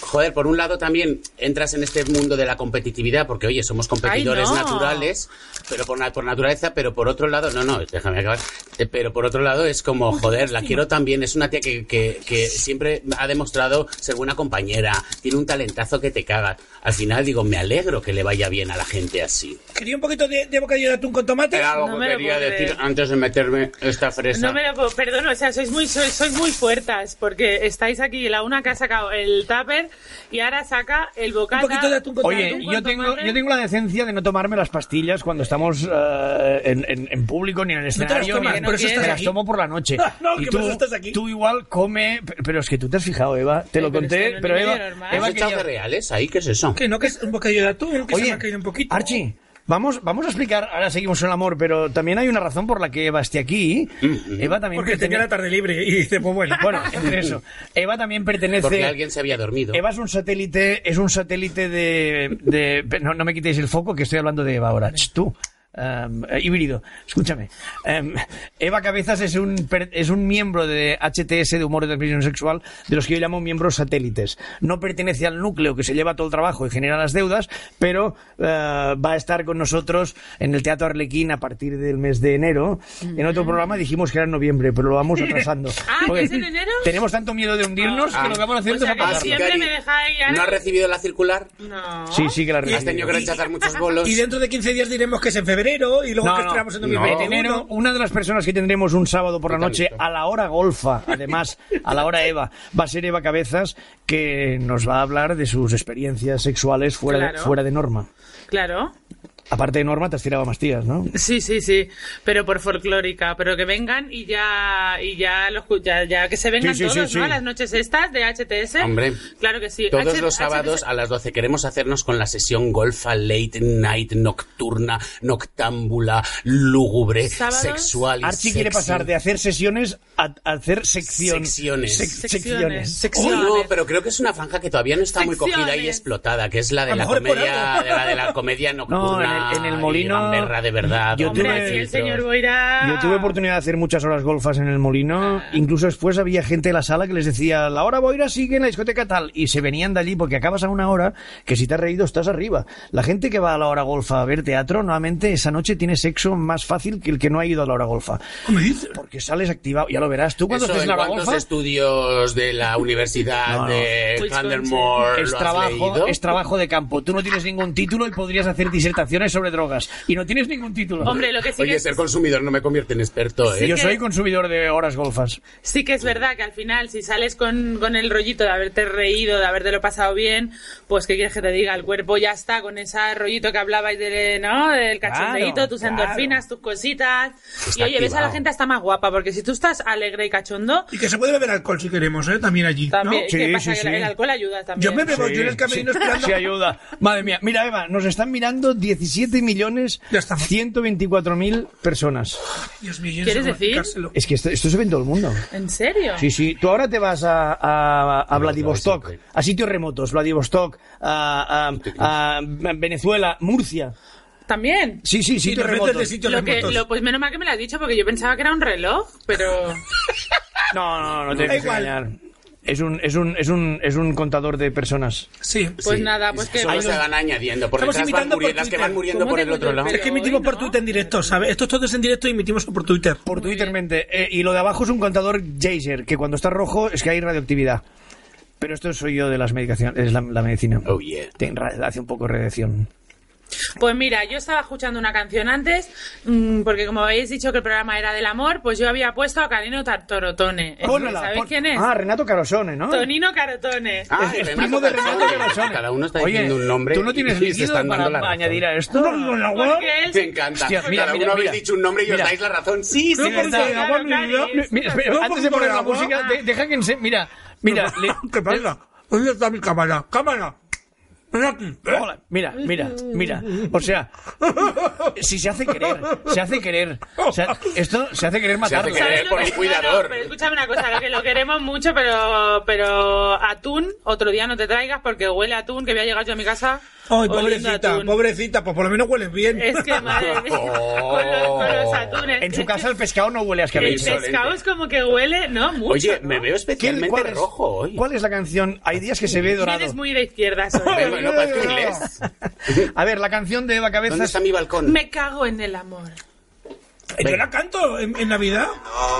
S3: joder, por un lado también entras en este mundo de la competitividad, porque oye, somos competidores
S2: no.
S3: naturales, pero por, na- por naturaleza, pero por otro lado, no, no, déjame acabar, Eh, pero por otro lado es como, joder, la quiero también, es una tía que, que, que siempre ha demostrado ser buena compañera, tiene un talentazo que te caga. Al final digo, me alegro que le vaya bien a la gente así.
S6: ¿Quería un poquito de, de bocadillo de atún con tomate?
S3: Era algo
S2: No
S3: que
S2: me lo
S3: quería
S2: puedo
S3: decir
S2: creer.
S3: antes de meterme esta fresa.
S2: No me lo puedo- perdón, o sea, sois muy, sois, sois muy puertas, porque estáis aquí, la una que ha sacado el tupper y ahora saca el bocata.
S6: Un poquito de atún con
S5: Oye,
S2: atún con
S5: yo tengo,
S2: tomate.
S5: yo tengo la decencia de no tomarme las pastillas cuando estamos eh, en, en- en público ni en el
S6: te las
S5: escenario.
S6: tomas,
S5: ni-
S2: por eso
S5: me
S2: estás
S5: las
S6: aquí.
S5: tomo por la noche.
S6: No,
S5: y
S6: que
S5: tú,
S6: por eso estás aquí.
S5: tú igual come, pe- pero es que tú te has fijado, Eva. Te lo
S2: pero
S5: conté,
S2: esto no es
S5: pero
S2: ni medio
S5: Eva,
S2: normal.
S5: Eva
S3: ¿Has echado
S5: quería-
S3: cereales ahí? ¿Qué es eso?
S6: Que no, que es un bocadillo de atún, que se me
S5: Oye,
S6: ha caído un poquito.
S5: Archie, vamos, vamos a explicar. Ahora seguimos en el amor, pero también hay una razón por la que Eva esté aquí.
S3: Mm,
S5: Eva también
S6: Porque tenía la
S5: pertenece.
S6: tarde libre y dice, pues bueno.
S5: Bueno, entre eso. Eva también pertenece.
S3: Porque alguien se había dormido.
S5: Eva es un satélite, es un satélite de, de- no, no me quitéis el foco que estoy hablando de Eva ahora. Ch, Tú. Em, eh, híbrido, escúchame. Em, Eva Cabezas es un, per- es un miembro de HTS de humor y transmisión sexual, de los que yo llamo miembros satélites. No pertenece al núcleo que se lleva todo el trabajo y genera las deudas, pero eh, va a estar con nosotros en el Teatro Arlequín a partir del mes de enero. En otro programa dijimos que era en noviembre, pero lo vamos atrasando.
S2: Mm. Ah, ¿que
S5: Porque
S2: es en enero?
S5: Tenemos tanto miedo de hundirnos
S3: Ah.
S5: que lo que vamos a hacer
S2: O sea,
S5: es
S2: que
S5: apagarlo.
S2: siempre
S3: Cari,
S2: me dejáis ahora.
S3: ¿No has recibido la circular?
S2: No.
S5: Sí, sí que la
S3: Has tenido que
S5: recibido.
S3: rechazar muchos bolos.
S6: Y dentro de 15 días diremos que es en febrero y luego
S5: pues- No,
S6: que
S5: no,
S6: esperamos en
S5: no.
S6: noviembre.
S5: En enero, una de las personas que tendremos un sábado por la noche a la hora golfa, además, a la hora Eva, va a ser Eva Cabezas, que nos va a hablar de sus experiencias sexuales fuera, de,
S2: Claro.
S5: fuera de norma.
S2: Claro.
S5: Aparte de norma, te has tirado a mastías, ¿no?
S2: Sí, sí, sí, pero por folclórica, pero que vengan y ya y ya los cu- ya, ya que se vengan
S5: Sí, sí, sí,
S2: todos, ¿no?
S5: sí.
S2: A las noches estas de HTS.
S3: Hombre,
S2: claro que sí.
S3: Todos
S2: H-
S3: los sábados
S2: HTS.
S3: a las 12 queremos hacernos con la sesión golfa, late night, nocturna, noctámbula, lúgubre,
S2: Sábados.
S3: sexual. y
S5: Archie quiere
S3: sexy.
S5: pasar de hacer sesiones a, a hacer sección-
S3: Secciones.
S5: sec-
S2: Secciones.
S5: secciones.
S3: Uy,
S2: Secciones.
S3: no, pero creo que es una franja que todavía no está muy cogida y
S2: Secciones.
S3: explotada, que es la de
S6: A
S3: la
S6: lo mejor es por
S3: comedia,
S6: algo.
S3: de la de la comedia nocturna
S5: en el- en el
S3: y
S5: molino-
S3: gamberra de verdad.
S5: Yo
S3: donde
S2: Hombre,
S3: no hay
S5: tuve-
S2: sí, el
S3: filtros.
S2: señor Boira.
S5: Yo tuve oportunidad de hacer muchas horas golfas en el molino. Incluso después había gente de la sala que les decía, la hora boira sigue en la discoteca tal. Y se venían de allí porque acabas a una hora que si te has reído estás arriba. La gente que va a la hora golfa a ver teatro, nuevamente esa noche tiene sexo más fácil que el que no ha ido a la hora golfa. Porque sales activado. Ya lo verás. Tú cuando
S3: Eso,
S5: estés en
S3: en
S5: la hora
S3: cuántos
S5: golfa...
S3: estudios de la Universidad
S5: No, no.
S3: de
S2: Wisconsin.
S3: Candlermore
S5: Es
S3: lo has
S5: trabajo,
S3: leído?
S5: es trabajo de campo. Tú no tienes ningún título y podrías hacer disertaciones sobre drogas. Y no tienes ningún título.
S2: Hombre, lo que sí que
S3: Oye,
S2: es-
S3: ser consumidor no me convierte en experto, ¿eh?
S5: Yo
S2: que-
S5: soy consumidor de horas golfas.
S2: Sí que es verdad que al final, si sales con, con el rollito de haberte reído, de habértelo pasado bien, pues ¿qué quieres que te diga? El cuerpo ya está con ese rollito que hablabais de, ¿no? del cachondeito,
S5: Claro,
S2: tus
S5: claro.
S2: endorfinas, tus cositas.
S3: Está
S2: y oye, ves a la
S3: activado.
S2: gente hasta más guapa, porque si tú estás alegre y cachondo,
S6: Y que se puede beber alcohol si queremos, ¿eh? También allí,
S2: también,
S6: ¿no?
S5: Sí,
S2: ¿qué pasa?
S5: sí,
S2: que el-
S5: sí.
S2: el alcohol ayuda también.
S6: Yo me bebo,
S5: Sí,
S6: yo en el camerino
S5: sí,
S6: esperando.
S5: sí ayuda. Madre mía. Mira, Eva, nos están mirando 17 millones
S6: Ya estamos.
S5: 124 mil personas.
S6: Dios mío, yo no
S2: ¿Quieres
S6: sé cómo
S2: decir?
S6: explicárselo.
S5: Es que esto, esto se ve en todo el mundo.
S2: ¿En serio?
S5: Sí, sí. Tú ahora te vas a, a, a
S3: No,
S5: Vladivostok,
S3: no, siempre.
S5: a sitios remotos, Vladivostok, a, a- a Venezuela, Murcia.
S2: ¿También?
S5: Sí, sí,
S6: Sí,
S5: sitios
S6: nos metes de
S5: remotos.
S6: sitios
S2: Lo que,
S6: remotos.
S2: lo- pues menos mal que me lo has dicho, porque yo pensaba que era un reloj, pero...
S5: No, no, no te
S6: Da
S5: dejes
S6: igual.
S5: engañar. Es un, es, un, es, un, es un contador de personas.
S6: Sí.
S2: Pues nada, pues que...
S3: Solo
S2: pues-
S3: se van añadiendo. Por
S6: Estamos
S3: detrás van
S6: imitando por
S3: muriendo, las que
S6: Twitter.
S3: van muriendo
S2: ¿Cómo
S3: por
S2: te
S3: el otro
S2: cuento el
S3: lado.
S2: pelo?
S6: Es que emitimos
S2: hoy
S6: por
S2: no.
S6: Twitter en directo, ¿sabes? Esto es todo es en directo y emitimos por Twitter.
S5: Por Twitter, mente. Eh, y lo de abajo es un contador Jaser, que cuando está rojo es que hay radioactividad. Pero esto soy yo de las medicaciones, es la, la medicina.
S3: Oh, yeah.
S5: Te- ra- hace un poco de radiación.
S2: Pues mira, yo estaba escuchando una canción antes, mm, porque como habéis dicho que el programa era del amor, pues yo había puesto a Canino Tartorotone. Eh,
S5: Pónmela,
S2: ¿Sabéis
S5: pon-
S2: quién es?
S5: Ah, Renato Carosone, ¿no?
S2: Tonino Carotone.
S3: Ah,
S5: Es, es
S3: Renato
S5: primo de
S3: Carosone.
S5: Renato Carosone.
S3: Cada uno está
S5: Oye,
S3: diciendo un nombre.
S5: ¿Tú no tienes
S3: y se
S5: líquido
S3: están dando la
S5: para
S3: razón.
S5: añadir a esto?
S2: Porque él...
S3: Me encanta.
S5: Hostia, mira,
S3: Cada
S5: mira,
S3: uno habéis
S5: mira.
S3: dicho un nombre y os
S5: Mira.
S3: dais la razón. Sí, sí,
S5: Sí,
S3: verdad.
S5: está.
S2: Claro,
S5: Agua,
S2: Cari.
S5: mira, mira, espera,
S6: No,
S5: antes
S6: porque
S5: de poner
S6: por
S5: la
S6: el agua.
S5: música, de- deja que ense... Mira, mira, le-
S6: ¿Qué pasa? ¿Dónde está mi cámara? ¿eh? ¡Cámara!
S5: Hola, Mira, mira, mira. O sea, si se hace querer, se hace querer. O sea, esto se hace querer matarlo.
S3: querer.
S2: ¿Sabes
S3: Eh,
S2: lo
S3: por
S2: que-
S3: un cuidador.
S2: pero escúchame una cosa, lo que lo queremos mucho, pero, pero atún, otro día no te traigas porque huele a atún, que voy a llegar yo a mi casa.
S6: Ay,
S2: oliendo a
S6: pobrecita,
S2: atún.
S6: pobrecita, pues por lo menos hueles bien.
S2: Es que madre mía, con, los, con los atunes.
S5: En su
S2: es
S5: casa
S2: que
S5: el pescado no huele a
S2: el
S5: escarabajo.
S2: pescado es como que huele, ¿no? Mucho.
S3: Oye,
S2: ¿no?
S3: me veo
S5: ¿Quién-
S3: especialmente
S5: cuál es-
S3: rojo hoy.
S5: ¿Cuál es la canción? Hay días que se ve dorado.
S2: Vienes muy de izquierdas
S3: Me-
S2: hoy.
S3: me- no parezco inglés.
S5: A ver, la canción de Eva
S3: ¿Dónde
S5: Cabezas.
S3: está mi balcón?
S2: Me cago en el amor.
S6: Yo la canto en, en Navidad.
S7: No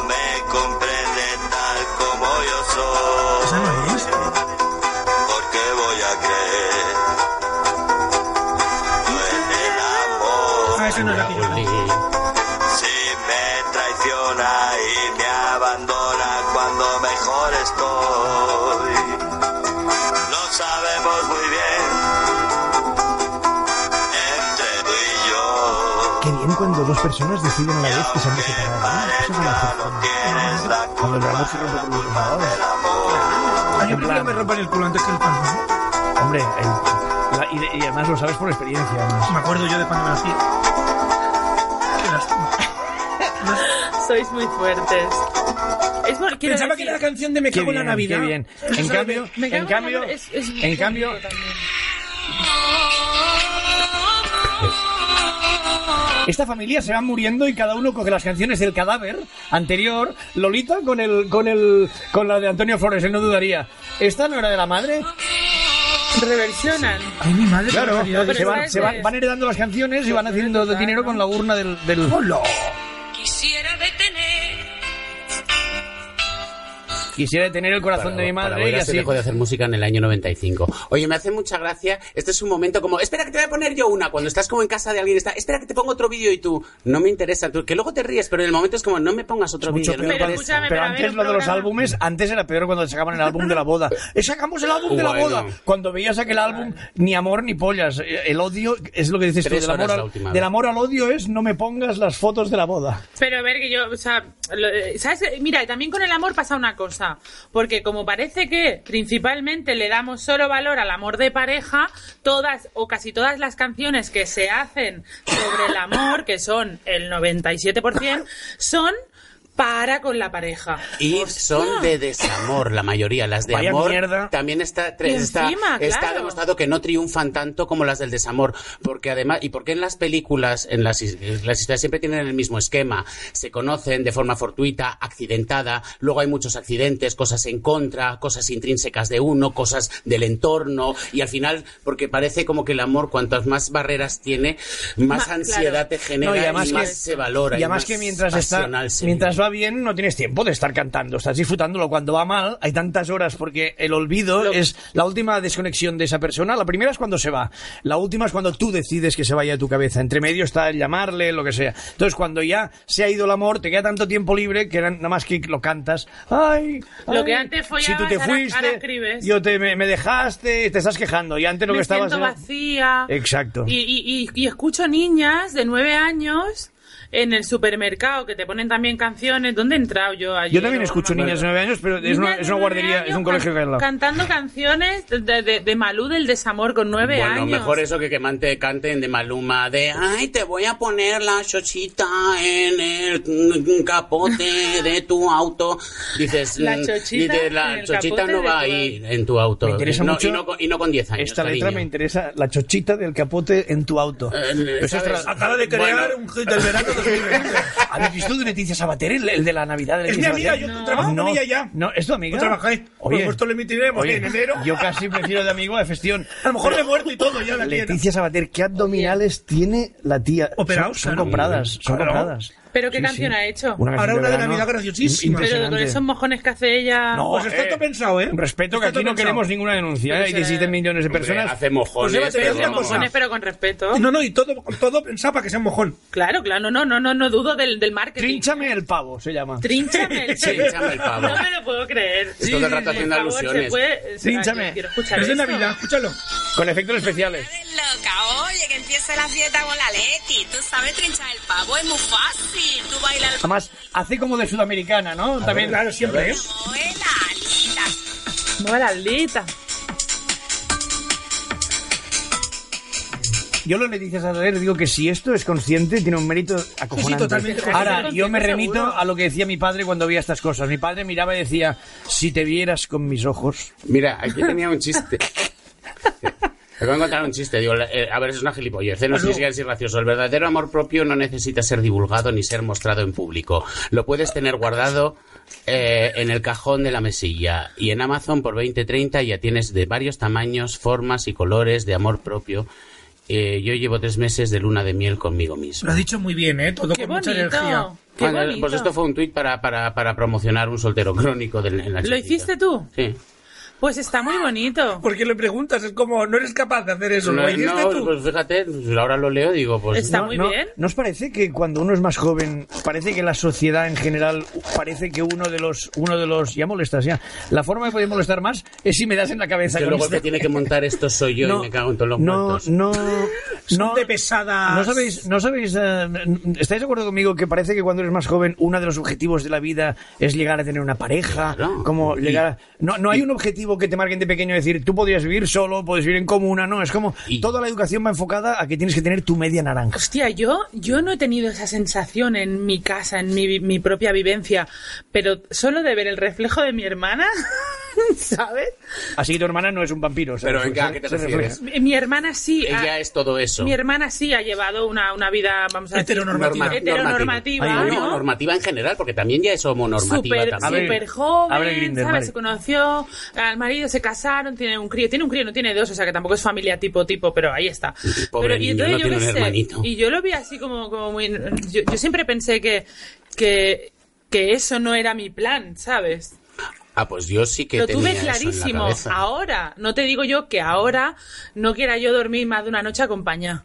S7: me comprende tal como yo soy.
S6: Esa no es.
S7: ¿Por qué voy a creer? No en el amor.
S6: Ah, esa no es la que yo canto.
S7: Si me traiciona y me abandona cuando mejor estoy. Lo sabemos muy bien. Entre tú y yo.
S8: Qué bien cuando dos personas deciden a la vez que se han de
S7: Que
S8: separar. ¿no? Eso es una
S7: parezca no
S8: forma.
S7: tienes la
S8: Cuando el amor
S7: culpa
S8: se rompe con los ordenadores.
S7: del amor.
S6: Ay, yo
S5: En
S6: primero
S5: plan-
S6: me rompan el culo antes que el pan. ¿no?
S5: Hombre, el- la- y, de- y además lo sabes por experiencia. además.
S6: Me acuerdo yo de cuando me lo hacía. Qué lástima.
S2: Sois muy fuertes. Es por, quiero
S6: Pensaba que
S2: decir-
S6: era la canción de Me
S5: Qué
S6: cago en la
S5: bien,
S6: Navidad.
S5: qué bien.
S6: Eso
S5: En
S6: sabe-
S5: cambio,
S2: Me cago
S5: en cambio,
S2: amor, es- es muy
S5: en cambio,
S2: bonito también.
S5: esta familia se va muriendo y cada uno coge las canciones del cadáver anterior. Lolita con el, con el, con la de Antonio Flores, él no dudaría. Esta no era de la madre.
S2: reversionan.
S6: Ay, mi madre.
S5: Claro,
S6: qué barbaridad.
S5: se,
S2: Pero
S5: van,
S2: sabes
S5: se van-
S2: que-
S5: van heredando las canciones y van haciendo dinero con la urna del. del-
S9: Quisiera detener.
S5: Quisiera tener el corazón de mi
S3: Para
S5: madre y
S3: ahora se
S5: así.
S3: dejó de hacer música en el año 95. Oye, me hace mucha gracia. Este es un momento como, espera que te voy a poner yo una. Cuando estás como en casa de alguien, está, espera que te pongo otro vídeo y tú, no me interesa. Tú, que luego te ríes, pero en el momento es como, no me pongas otro
S5: Mucho
S3: vídeo. no me
S5: peor
S2: Pero
S5: cuando-
S3: interesa".
S2: escúchame,
S5: pero
S2: pero a ver,
S5: antes
S2: un
S5: lo de los
S2: programa-
S5: álbumes, antes era peor cuando sacaban el álbum de la boda. ¡Eh, sacamos el álbum de la
S3: Bueno.
S5: boda! Cuando veías aquel álbum, ni amor ni pollas. Eh, El odio es lo que dices tú,
S3: Tres
S5: del amor,
S3: horas la
S5: al,
S3: última vez.
S5: del amor al odio es no me pongas las fotos de la boda.
S2: Pero a ver, que yo, o sea, lo- eh, ¿sabes? qué? Mira, también con el amor pasa una cosa, porque como parece que principalmente le damos solo valor al amor de pareja, todas o casi todas las canciones que se hacen sobre el amor, que son el 97%, son para con la pareja.
S3: Y son de desamor la mayoría. Las de
S5: Vaya
S3: amor
S5: mierda.
S3: también está,
S2: Y
S3: está,
S2: encima,
S3: está
S2: claro.
S3: demostrado que no triunfan tanto como las del desamor. Porque además, y porque en las películas, en las, his- las historias siempre tienen el mismo esquema. Se conocen de forma fortuita, accidentada, luego hay muchos accidentes, cosas en contra, cosas intrínsecas de uno, cosas del entorno, y al final, porque parece como que el amor, cuantas más barreras tiene, más
S2: Ma-
S3: ansiedad
S2: claro.
S3: te genera
S5: No, y
S3: y,
S5: además
S3: más
S5: que-
S3: se valora.
S5: y además
S3: más
S5: que mientras está,
S3: pasional se
S5: mientras
S3: vive.
S5: va bien no tienes tiempo de estar cantando, estás disfrutándolo cuando va mal, hay tantas horas porque el olvido es la última desconexión de esa persona, la primera es cuando se va, la última es cuando tú decides que se vaya de tu cabeza, entre medio está el llamarle, lo que sea. Entonces cuando ya se ha ido el amor, te queda tanto tiempo libre que na- nada más que lo cantas. Ay,
S2: Lo
S5: ay,
S2: que antes follabas,
S5: si tú te
S2: ahora-
S5: fuiste,
S2: ahora escribes.
S5: yo te me, me dejaste, te estás quejando y antes lo
S2: me
S5: que estabas
S2: siento
S5: era-
S2: vacía.
S5: Exacto.
S2: Y, y- y- y escucho niñas de nueve años en el supermercado que te ponen también canciones. ¿Dónde he entrado yo allí?
S5: Yo también
S2: No
S5: escucho
S2: me
S5: niñas de
S2: acuerdo.
S5: 9 años, pero es
S2: Niñas
S5: una,
S2: de
S5: es una
S2: nueve
S5: guardería,
S2: años
S5: es un colegio
S2: can-
S5: que hay al lado.
S2: Cantando canciones de, de- de Malú del desamor con nueve
S3: bueno,
S2: años.
S3: mejor eso que que mante, canten de Maluma de ay, te voy a poner la chochita en el mm, capote de tu auto. Dices,
S2: La
S3: mm,
S2: chochita
S3: dices, la
S2: en el
S3: chochita
S2: capote
S3: no
S2: de
S3: va
S2: tu
S3: ahí en tu auto.
S5: Me interesa
S3: no,
S5: mucho
S3: y, no, con- y no con 10 años.
S5: Esta letra me
S3: cariño.
S5: interesa, la chochita del capote en tu auto.
S3: Eh,
S5: Eso es
S3: ¿sabes?
S5: tra-
S6: Acaba de crear
S3: Bueno.
S6: un hit del verano 2020.
S5: ¿Habéis visto de Leticia Sabater, el, el de la Navidad? De
S6: Es mi
S5: Leticia
S6: amiga,
S5: Sabater?
S6: yo trabajo
S5: no,
S6: con ella ya.
S5: No, ¿es tu amiga?
S6: No trabajé. Pues esto lo emitiremos
S5: oye,
S6: en enero.
S5: Yo casi prefiero de amigo a de festión.
S6: A lo mejor me he muerto y todo, ya la quiero.
S5: Leticia Sabater, ¿qué abdominales tiene la tía?
S6: Operaos,
S5: Son- son,
S6: claro.
S5: compradas, son
S6: Claro.
S5: compradas.
S2: ¿Pero qué canción ha hecho?
S5: canción
S6: Ahora una de
S5: verano
S6: Navidad graciosísima.
S2: Pero con
S5: impresionante.
S2: esos mojones que hace ella.
S5: No,
S6: Pues está
S5: eh,
S6: todo pensado, ¿eh?
S5: Un respeto que
S6: Está todo
S5: aquí no
S6: pensado.
S5: queremos ninguna denuncia. ¿eh? Hay
S2: Sí,
S5: 17
S2: sí.
S5: millones de
S3: Hombre,
S5: personas.
S3: hace mojones.
S6: Pues llévate
S3: pero
S6: una
S3: vamos.
S6: cosa.
S2: Mojones, pero con respeto.
S6: No, no, y todo, todo pensado para que sea un mojón.
S2: Claro, claro, no, no, no, no dudo del, del marketing.
S5: Trínchame el pavo, se llama.
S2: Trínchame el pavo.
S3: Trínchame el pavo.
S2: No me lo puedo creer.
S3: Sí, todo el rato
S2: Por
S3: haciendo
S2: favor,
S3: alusiones.
S2: ¿se puede? O sea,
S5: Trínchame.
S2: Quiero escuchar
S6: Es de
S2: esto.
S6: Navidad, escúchalo.
S5: Con efectos especiales.
S9: Loca, oye, que empiece la fiesta con la Leti. Tú sabes trinchar el pavo, es muy fácil. Tú bailas el
S5: Además, hace como de sudamericana, ¿no? También.
S6: Claro, siempre, ¿eh?
S9: pavo, eh, la alita.
S2: Mueve la alita.
S5: Yo lo le dices a Saler, digo que si esto es consciente, tiene un mérito acojonante.
S6: totalmente.
S5: Ahora, yo me
S2: Consciente,
S5: remito
S2: seguro.
S5: a lo que decía mi padre cuando veía estas cosas. Mi padre miraba y decía, si te vieras con mis ojos.
S3: Mira, aquí tenía un chiste. Te voy a contar un chiste. Digo, eh, a ver, es una gilipollez. eh, No sé si es gracioso. El verdadero amor propio no necesita ser divulgado ni ser mostrado en público. Lo puedes tener guardado eh, en el cajón de la mesilla. Y en Amazon por 20-30 ya tienes de varios tamaños, formas y colores de amor propio. Eh, yo llevo tres meses de luna de miel conmigo mismo.
S6: Lo ha dicho muy bien, ¿eh? Todo
S2: Qué
S6: con mucha
S2: bonito.
S6: energía.
S2: Qué
S3: Ah,
S2: bonito.
S3: pues esto fue un tuit para, para, para promocionar un soltero crónico del en la
S2: ¿Lo
S3: chiquita.
S2: hiciste tú?
S3: Sí.
S2: Pues está muy bonito.
S6: ¿Por qué le preguntas? Es como, no eres capaz de hacer eso.
S3: No,
S6: lo hiciste
S3: no,
S6: tú.
S3: pues fíjate, ahora lo leo y digo, pues...
S2: Está
S5: No,
S2: muy
S5: no,
S2: bien.
S5: ¿No os parece que cuando uno es más joven, parece que la sociedad en general, parece que uno de los, uno de los, ya molestas ya, la forma de poder molestar más es si me das en la cabeza.
S3: que
S5: con
S3: luego el
S5: esto.
S3: que tiene que montar esto soy yo
S5: No,
S3: y me cago en todos los
S5: no,
S3: muertos.
S5: no,
S6: Son
S5: no,
S6: de pesadas.
S5: no sabéis, no sabéis, eh, ¿estáis de acuerdo conmigo que parece que cuando eres más joven uno de los objetivos de la vida es llegar a tener una pareja?
S3: Claro.
S5: Como
S3: Y-
S5: llegar a- no, no hay un objetivo que te marquen de pequeño decir, tú podrías vivir solo, puedes vivir en comuna, no, es como
S3: Y-
S5: toda la educación va enfocada a que tienes que tener tu media naranja.
S2: Hostia, yo, yo no he tenido esa sensación en mi casa, en mi, vi- mi propia vivencia, pero solo de ver el reflejo de mi hermana, ¿sabes?
S5: Así que tu hermana no es un vampiro. o sea,
S3: Pero,
S5: se-
S3: venga, ¿a qué te
S5: se refleja.
S3: refieres?
S2: Mi mi hermana sí. ha-
S3: Ella es todo eso.
S2: Mi hermana sí ha llevado una, una vida, vamos a decir,
S6: Heteronormativa.
S3: Norma-
S2: heteronormativa,
S3: Ay,
S2: ¿no?
S3: normativa en general, porque también ya es homonormativa
S2: Súper
S5: A ver,
S3: también.
S2: súper joven,
S5: abre Grindr,
S2: ¿sabes?
S5: Mari.
S2: Se conoció, al marido se casaron, tiene un crío, tiene un crío, no tiene dos, o sea que tampoco es familia tipo tipo, pero ahí está.
S3: pobre
S2: pero,
S3: niño, no
S2: yo
S3: tiene
S2: qué
S3: un
S2: sé,
S3: hermanito.
S2: y yo lo vi así como, como muy... Yo, yo siempre pensé que, que, que eso no era mi plan, ¿sabes?
S3: Ah, pues yo sí que
S2: lo
S3: tenía
S2: tuve
S3: eso en la
S2: clarísimo.
S3: cabeza.
S2: Ahora, no te digo yo que ahora no quiera yo dormir más de una noche acompañada.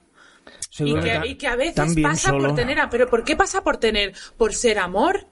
S5: Se
S2: Y
S5: duerme
S2: que,
S5: tan-
S2: y que a
S5: tan
S2: veces
S5: bien
S2: pasa
S5: solo.
S2: por tener... a- ¿Pero por qué pasa por tener? ¿Por ser amor?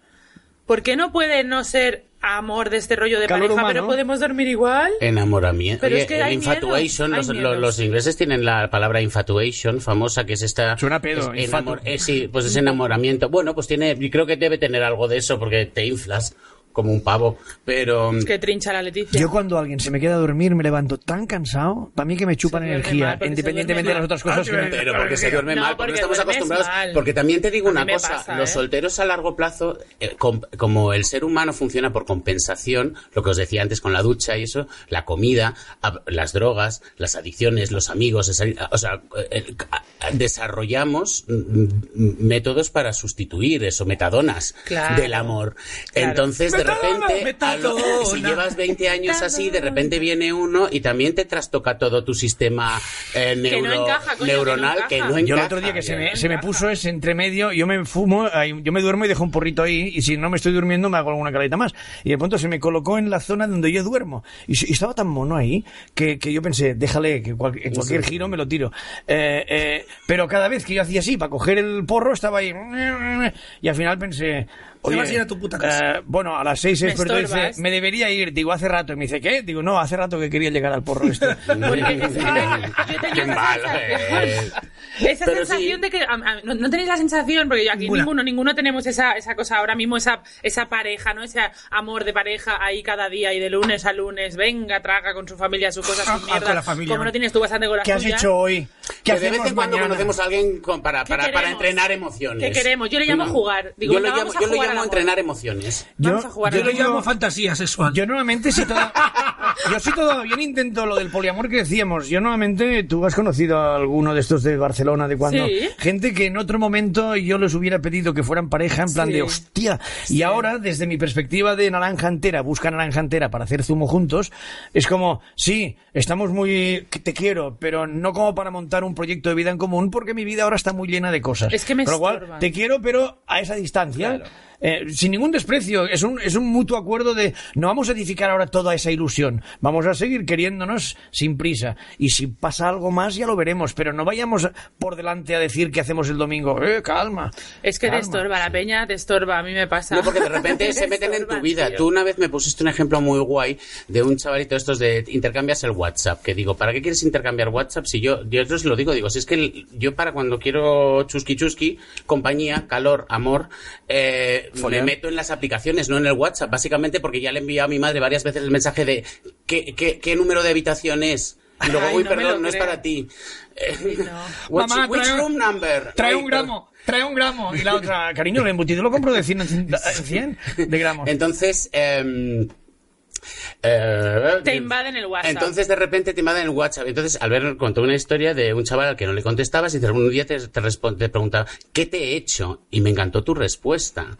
S2: ¿Por qué no puede no ser amor de este rollo de
S5: Calor
S2: pareja,
S5: humano.
S2: pero podemos dormir igual?
S3: Enamoramiento.
S2: Pero
S3: Oye,
S2: es que
S3: el
S2: hay
S3: infatuation,
S2: miedos,
S3: los,
S2: hay
S3: lo-
S2: miedos.
S3: los ingleses tienen la palabra infatuation famosa, que es esta...
S5: Suena a pedo,
S3: es
S5: infatu.
S3: enamor- eh, sí, pues es enamoramiento. Bueno, pues tiene, y creo que debe tener algo de eso, porque te inflas como un pavo, pero...
S6: Eh,
S2: Es que trincha la Leticia.
S5: Yo cuando alguien se me queda a dormir me levanto tan cansado, para mí que me chupan
S2: Se duerme
S5: energía,
S2: mal, porque se
S5: independientemente de
S2: duerme Ah,
S5: las otras cosas. que me-
S3: Pero porque se duerme
S2: No,
S3: mal,
S2: porque
S3: porque, no estamos
S2: duermes
S3: acostumbrados.
S2: mal.
S3: Porque también te digo
S2: A mí
S3: una
S2: me
S3: cosa,
S2: pasa,
S3: los
S2: ¿eh?
S3: solteros a largo plazo, eh, com- como el ser humano funciona por compensación, lo que os decía antes con la ducha y eso, la comida, ab- las drogas, las adicciones, los amigos, esa- o sea, eh, eh, a- a- desarrollamos mm, mm, métodos para sustituir eso, metadonas
S2: Claro.
S3: del amor.
S2: Claro.
S3: Entonces, de
S6: Metadona,
S3: repente, a lo- si
S6: metadona.
S3: llevas 20 años así, de repente viene uno y también te trastoca todo tu sistema eh,
S2: Que no
S3: neuro-
S2: encaja, coño,
S3: neuronal
S2: que
S3: que
S2: no
S3: no
S2: encaja.
S3: encaja.
S5: Yo el otro día que se me,
S3: bien.
S5: se me puso ese entre medio, yo me fumo, ahí- yo me duermo y dejo un porrito ahí, y si no me estoy durmiendo me hago alguna caleta más. Y de pronto se me colocó en la zona donde yo duermo. Y, se- y estaba tan mono ahí que, que yo pensé, déjale, que cual- en cualquier giro me lo tiro. Eh, eh, pero cada vez que yo hacía así, para coger el porro, estaba ahí. Y al final pensé... Oye,
S6: vas a ir a tu puta casa.
S5: eh, bueno, a las seis se
S2: Me
S5: despertó y dice,
S2: estorbas.
S5: me debería ir. Digo, hace rato. Y me dice, ¿qué? Digo, no, hace rato que quería llegar al porro este.
S2: Porque es que yo tenía
S3: Qué
S2: esa
S3: malo
S2: sensación.
S3: es.
S2: Esa
S3: Pero
S2: sensación
S3: sí.
S2: de que a- a- no, no tenéis la sensación porque yo aquí
S6: Ninguna.
S2: ninguno ninguno tenemos esa, esa cosa ahora mismo esa esa pareja no ese amor de pareja ahí cada día y de lunes a lunes venga traga con su familia su cosa
S6: Ah,
S2: su
S6: ah,
S2: mierda
S6: con la familia,
S2: como
S6: no.
S2: no tienes tú bastante con la
S5: ¿Qué has
S2: tuya.
S5: hecho hoy?
S3: Que
S5: ¿Qué
S3: de vez
S5: hacemos
S3: en cuando
S5: mañana?
S3: conocemos a alguien con- para, para, para
S2: queremos?
S3: entrenar emociones. Mm.
S2: ¿Qué queremos? Yo le llamo jugar. Digo,
S3: yo
S2: venga,
S3: lo llamo,
S2: vamos a
S3: yo lo
S2: jugar
S3: llamo
S2: al amor.
S3: entrenar emociones.
S2: Vamos a jugar
S6: Yo
S2: al
S6: lo
S2: amor.
S6: llamo fantasía sexual.
S5: Yo normalmente si todo... Yo sí todavía intento lo del poliamor que decíamos. Yo normalmente, tú has conocido a alguno de estos de Barcelona de cuando...
S2: Sí.
S5: Gente que en otro momento yo les hubiera pedido que fueran pareja en plan
S2: Sí.
S5: de hostia. Y ahora, desde mi perspectiva de naranja entera, busca naranja entera para hacer zumo juntos, es como, sí, estamos muy... que te quiero, pero no como para montar un proyecto de vida en común porque mi vida ahora está muy llena de cosas.
S2: Es que me
S5: Con lo cual,
S2: estorban.
S5: te quiero, pero a esa distancia. Eh, sin ningún desprecio, es un, es un mutuo acuerdo de no vamos a edificar ahora toda esa ilusión, vamos a seguir queriéndonos sin prisa. Y si pasa algo más ya lo veremos, pero no vayamos por delante a decir que hacemos el domingo. Eh, calma.
S2: es que te
S5: calma.
S2: estorba la peña te estorba a mí me pasa
S3: No, porque de repente se meten en tu vida. Tú una vez me pusiste un ejemplo muy guay de un chavalito estos de intercambias el WhatsApp. Que digo, ¿para qué quieres intercambiar WhatsApp? Si yo, yo os lo digo, digo, si es que el- yo para cuando quiero chusqui chusqui, compañía, calor, amor, eh, me meto en las aplicaciones, no en el WhatsApp. Básicamente porque ya le he enviado a mi madre varias veces el mensaje de ¿qué, qué, qué número de habitación es? Y luego,
S2: Ay,
S3: uy,
S2: no me lo
S3: perdón, no es
S2: creo.
S3: para ti.
S2: Sí, no.
S3: What's-
S5: Mamá,
S3: which
S5: trae un-
S3: room number?
S5: Trae
S3: Ay,
S5: un gramo, trae un gramo. Y la otra, cariño, el embutido lo compro de 100, en 100 de gramos.
S3: Entonces, em, eh,
S2: Te invaden el WhatsApp.
S3: Entonces, de repente te invaden el WhatsApp. Entonces, Albert contó una historia de un chaval al que no le contestabas y de algún día te, te, respon- te preguntaba, ¿qué te he hecho? Y me encantó tu respuesta.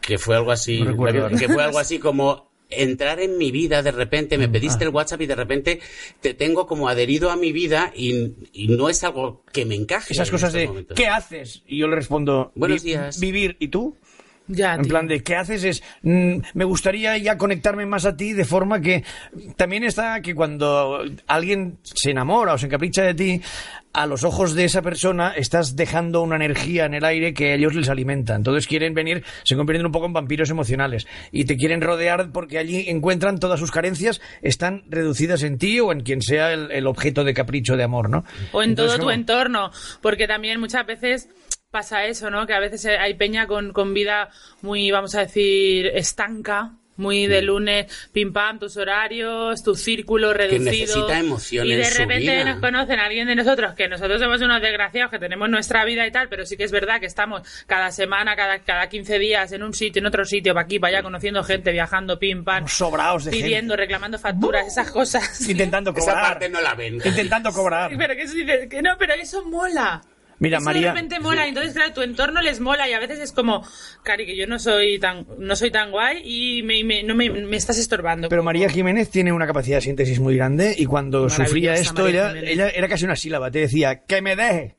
S3: Que fue algo así,
S5: No recuerdo ahora.
S3: que fue algo así como entrar en mi vida de repente,
S5: Mm,
S3: me
S5: ah.
S3: pediste el WhatsApp y de repente te tengo como adherido a mi vida y, y no es algo que me encaje.
S5: Esas
S3: en
S5: cosas
S3: estos
S5: de,
S3: momentos.
S5: ¿qué haces? Y yo le respondo,
S3: Buenos
S5: "Vi-
S3: días".
S5: Vivir, ¿y tú?
S2: Ya,
S5: En
S2: tío.
S5: plan de, ¿qué haces? Es, mm, me gustaría ya conectarme más a ti de forma que también está que cuando alguien se enamora o se encapricha de ti, a los ojos de esa persona estás dejando una energía en el aire que a ellos les alimenta. Entonces quieren venir, se convierten un poco en vampiros emocionales y te quieren rodear porque allí encuentran todas sus carencias, están reducidas en ti o en quien sea el, el objeto de capricho de amor, ¿no?
S2: o en
S5: Entonces,
S2: todo tu
S5: como-
S2: entorno, porque también muchas veces pasa eso, ¿no? Que a veces hay peña con, con vida muy, vamos a decir, estanca, muy de lunes, pim pam, tus horarios, tu círculo reducido.
S3: necesita emoción
S2: Y
S3: en
S2: de
S3: su
S2: repente
S3: vida.
S2: nos conocen a alguien de nosotros, que nosotros somos unos desgraciados, que tenemos nuestra vida y tal, pero sí que es verdad que estamos cada semana, cada, cada 15 días en un sitio, en otro sitio, para aquí, para allá, conociendo gente, viajando, pim pam,
S5: sobraos de
S2: pidiendo, reclamando facturas, esas cosas.
S5: gente, intentando
S3: Esa
S5: cobrar,
S3: parte no la ven.
S5: intentando cobrar.
S2: Pero que eso dices, que no, pero eso mola.
S5: Mira,
S2: Eso
S5: María-
S2: de repente mola, y entonces claro, tu entorno les mola y a veces es como, cari, que yo no soy tan, no soy tan guay y me, me- no me, me estás estorbando.
S5: Pero María Jiménez tiene una capacidad de síntesis muy grande y cuando
S2: Maravillosa
S5: sufría esto,
S2: María
S5: ella,
S2: Jiménez.
S5: ella era casi una sílaba. Te decía, que me deje.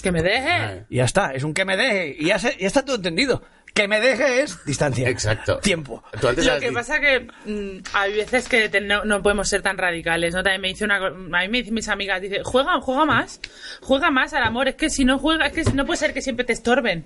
S2: que me
S3: Ay.
S2: deje.
S5: Y ya está, es un que me deje. Y ya, se- ya está todo entendido. Que me deje es distancia.
S3: Exacto.
S5: Tiempo.
S3: Tú antes
S2: Lo
S3: has
S2: que
S3: dicho-
S2: pasa que mm, hay veces que te- no, no podemos ser tan radicales, ¿no? También me dice una, co- a mí me dicen mis amigas, dice, juega, juega más, juega más al amor, es que si no juega, es que no puede ser que siempre te estorben.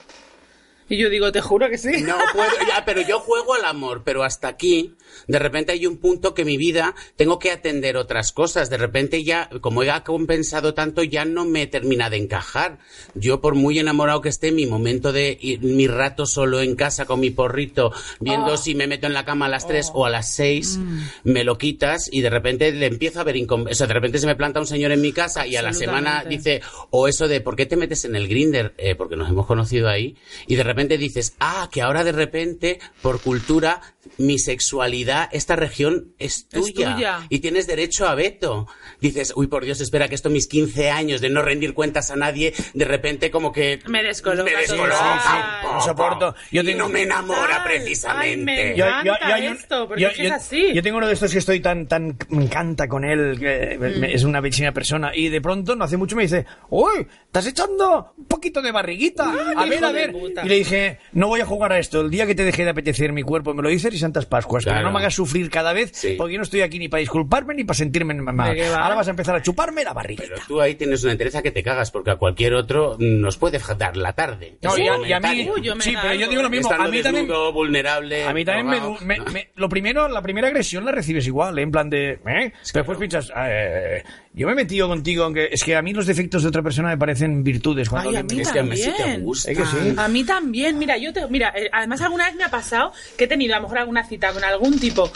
S2: Y yo digo, te juro que sí.
S3: No puedo, ya, pero yo juego al amor, pero hasta aquí, de repente hay un punto que mi vida tengo que atender otras cosas. De repente ya, como he compensado tanto, ya no me termina de encajar. Yo, por muy enamorado que esté, mi momento de ir- mi rato solo en casa con mi porrito,
S2: Ah.
S3: viendo si me meto en la cama a las
S2: Oh.
S3: tres o a las seis,
S2: Mm.
S3: me lo quitas y de repente le empiezo a ver incon- O sea, de repente se me planta un señor en mi casa y a la semana
S2: Absolutamente.
S3: dice dice, este, o eso de ¿por qué te metes en el grinder? eh, porque nos hemos conocido ahí. Y de repente dices, ah, que ahora de repente, por cultura, mi sexualidad, esta región es
S2: Es
S3: tuya.
S2: tuya.
S3: Y tienes derecho a veto. Dices, uy, por Dios, espera que esto mis 15 años de no rendir cuentas a nadie, de repente como que...
S2: Me descoloca
S3: Me descoloca
S2: total.
S3: un poco.
S5: No soporto. Yo
S3: Y
S5: tengo-
S3: no me enamora
S2: Ay,
S3: precisamente.
S2: ay, me- encanta esto, porque es que es así.
S5: yo tengo uno de estos que estoy tan, tan, me encanta con él, que me-
S2: Mm.
S5: me- es una bellísima persona, y de pronto, no hace mucho, me dice, uy, estás echando un poquito de barriguita, a ver,
S2: Ah, hijo de
S5: a ver.
S2: puta.
S5: Y le dije, no voy a jugar a esto, el día que te deje de apetecer mi cuerpo, me lo dices y Santas Pascuas, pero
S3: Claro.
S5: no me hagas sufrir cada vez,
S3: Sí.
S5: porque yo no estoy aquí ni para disculparme ni para sentirme mal.
S2: ¿De qué va?
S5: Ahora vas a empezar a chuparme la barriga.
S3: Pero tú ahí tienes una entereza que te cagas, porque a cualquier otro nos puede dar la tarde.
S5: No,
S3: Es un
S5: y a- y a mí,
S3: comentario.
S2: Uy, yo me
S5: sí,
S2: da
S5: pero yo
S2: algo,
S5: digo lo
S2: ¿eh?
S5: mismo,
S3: Estando
S5: a mí también...
S3: desnudo, vulnerable.
S5: A mí también me,
S3: drogado.
S5: du- me- me- lo primero, la primera agresión la recibes igual, ¿eh? en plan de, ¿eh? Después pinchas, "Ah, eh, eh, yo me he metido contigo, aunque es que a mí los defectos de otra persona me parecen virtudes. Cuando
S2: Ay, a
S5: alguien
S2: mí
S5: me-
S3: Es que a mí sí te
S2: también.
S3: gusta.
S5: Es que sí.
S2: A mí también, mira, yo te, mira, eh, además alguna vez me ha pasado que he tenido a lo mejor alguna cita con algún tipo,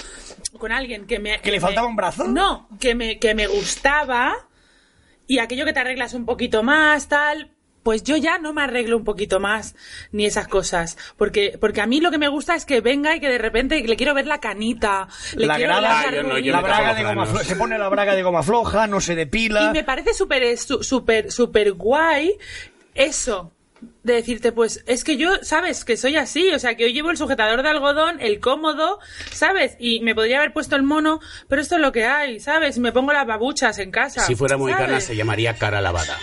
S2: con alguien que me...
S5: le
S2: me-
S5: faltaba un brazo?
S2: No, que me, que me gustaba y aquello que te arreglas un poquito más, tal, pues yo ya no me arreglo un poquito más ni esas cosas, porque, porque a mí lo que me gusta es que venga y que de repente le quiero ver la canita, le
S5: la
S2: quiero ver
S5: grada,
S2: las
S3: Ah, yo no, yo
S5: la
S3: me tapo
S5: braga
S3: los
S5: de goma
S3: granos.
S5: floja, se pone la braga de goma floja, no se depila.
S2: Y me parece súper, eh, su- súper, súper guay eso. De decirte, pues, es que yo, sabes, que soy así, o sea, que hoy llevo el sujetador de algodón, el cómodo, ¿sabes? Y me podría haber puesto el mono, pero esto es lo que hay, ¿sabes? Y me pongo las babuchas en casa.
S3: Si fuera mohicana
S2: ¿sabes?
S3: se llamaría cara lavada.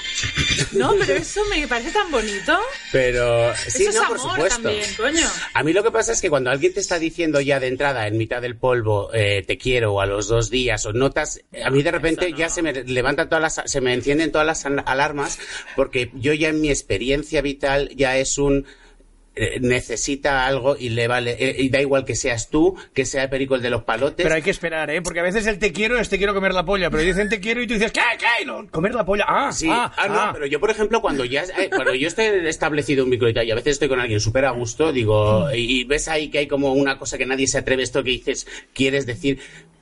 S2: No, pero eso me parece tan bonito.
S3: Pero sí,
S2: eso es
S3: no,
S2: amor
S3: por supuesto.
S2: también, coño.
S3: A mí lo que pasa es que cuando alguien te está diciendo ya de entrada, en mitad del polvo, eh, te quiero, o a los dos días, o notas, a mí de repente ya se me levantan todas las, se me encienden todas las al- alarmas, porque yo ya en mi experiencia vital ya es un, eh, necesita algo y le vale, eh, y da igual que seas tú, que sea Perico el de los palotes.
S5: Pero hay que esperar, ¿eh? Porque a veces el te quiero es te quiero comer la polla, pero dicen te quiero y tú dices, ¿qué, qué? Y lo- Comer la polla, ah,
S3: Sí,
S5: ah,
S3: ah, no,
S5: ah.
S3: pero yo, por ejemplo, cuando ya eh, cuando yo estoy establecido un micro y tal, y a veces estoy con alguien súper a gusto, digo, y ves ahí que hay como una cosa que nadie se atreve, esto que dices, quieres decir,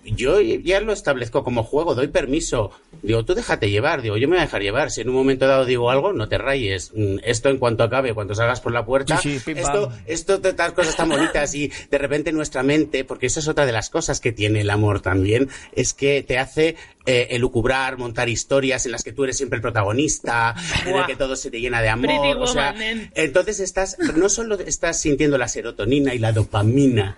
S3: yo ya lo establezco como juego, doy permiso. Digo, tú déjate llevar, digo, yo me voy a dejar llevar. Si en un momento dado digo algo, no te rayes. Mm, Esto en cuanto acabe, cuando salgas por la puerta,
S5: Sí, sí, pim, pam.
S3: esto, esto de estas cosas tan bonitas y de repente nuestra mente, porque eso es otra de las cosas que tiene el amor también, es que te hace eh, elucubrar, montar historias en las que tú eres siempre el protagonista, en el
S2: Buah.
S3: que todo se te llena de amor.
S2: Pretty
S3: o sea,
S2: woman, nen.
S3: entonces estás, no solo estás sintiendo la serotonina y la dopamina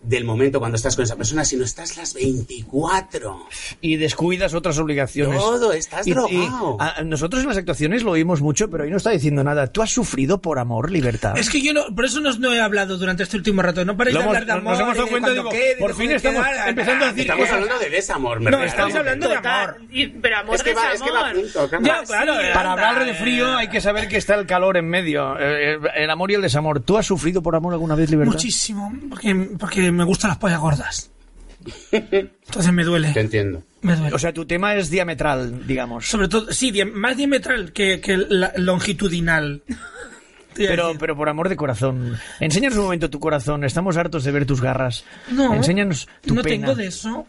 S3: del momento cuando estás con esa persona, sino estás las 24.
S5: y descuidas otras obligaciones.
S3: Todo, estás drogado.
S5: a- nosotros en las actuaciones lo oímos mucho, pero hoy no está diciendo nada. ¿Tú has sufrido por amor, libertad?
S6: Es que yo no, por eso no, no he hablado durante este último rato. No paréis
S5: Lo
S6: de
S5: hemos-
S6: hablar de
S5: nos
S6: amor.
S5: hemos dado
S6: y de
S5: cuenta,
S6: cuando
S5: digo,
S6: quede, de
S5: por
S6: cómo
S5: fin
S6: hay que
S5: estamos
S6: quedar.
S5: empezando a decir
S3: Estamos
S5: que-
S3: hablando de desamor, me
S6: No,
S3: regalas.
S6: estamos hablando de amor.
S2: Total, y- pero amor
S3: Es que
S2: es
S3: va,
S2: amor.
S3: es que va junto, claro.
S6: Ya, claro. eh.
S5: Para hablar de frío hay que saber que está el calor en medio, eh, el amor y el desamor. ¿Tú has sufrido por amor alguna vez, libertad?
S6: Muchísimo, porque, porque me gustan las pollas gordas. Entonces me
S3: Te
S6: duele.
S3: entiendo.
S6: Me duele.
S5: O sea, tu tema es diametral, digamos.
S6: Sobre todo, sí, di- más diametral que, que la- longitudinal. Te iba a
S5: Pero,
S6: decir.
S5: pero por amor de corazón. Enséñanos un momento tu corazón. Estamos hartos de ver tus garras.
S6: no,
S5: Enséñanos tu
S6: no
S5: pena.
S6: tengo de eso.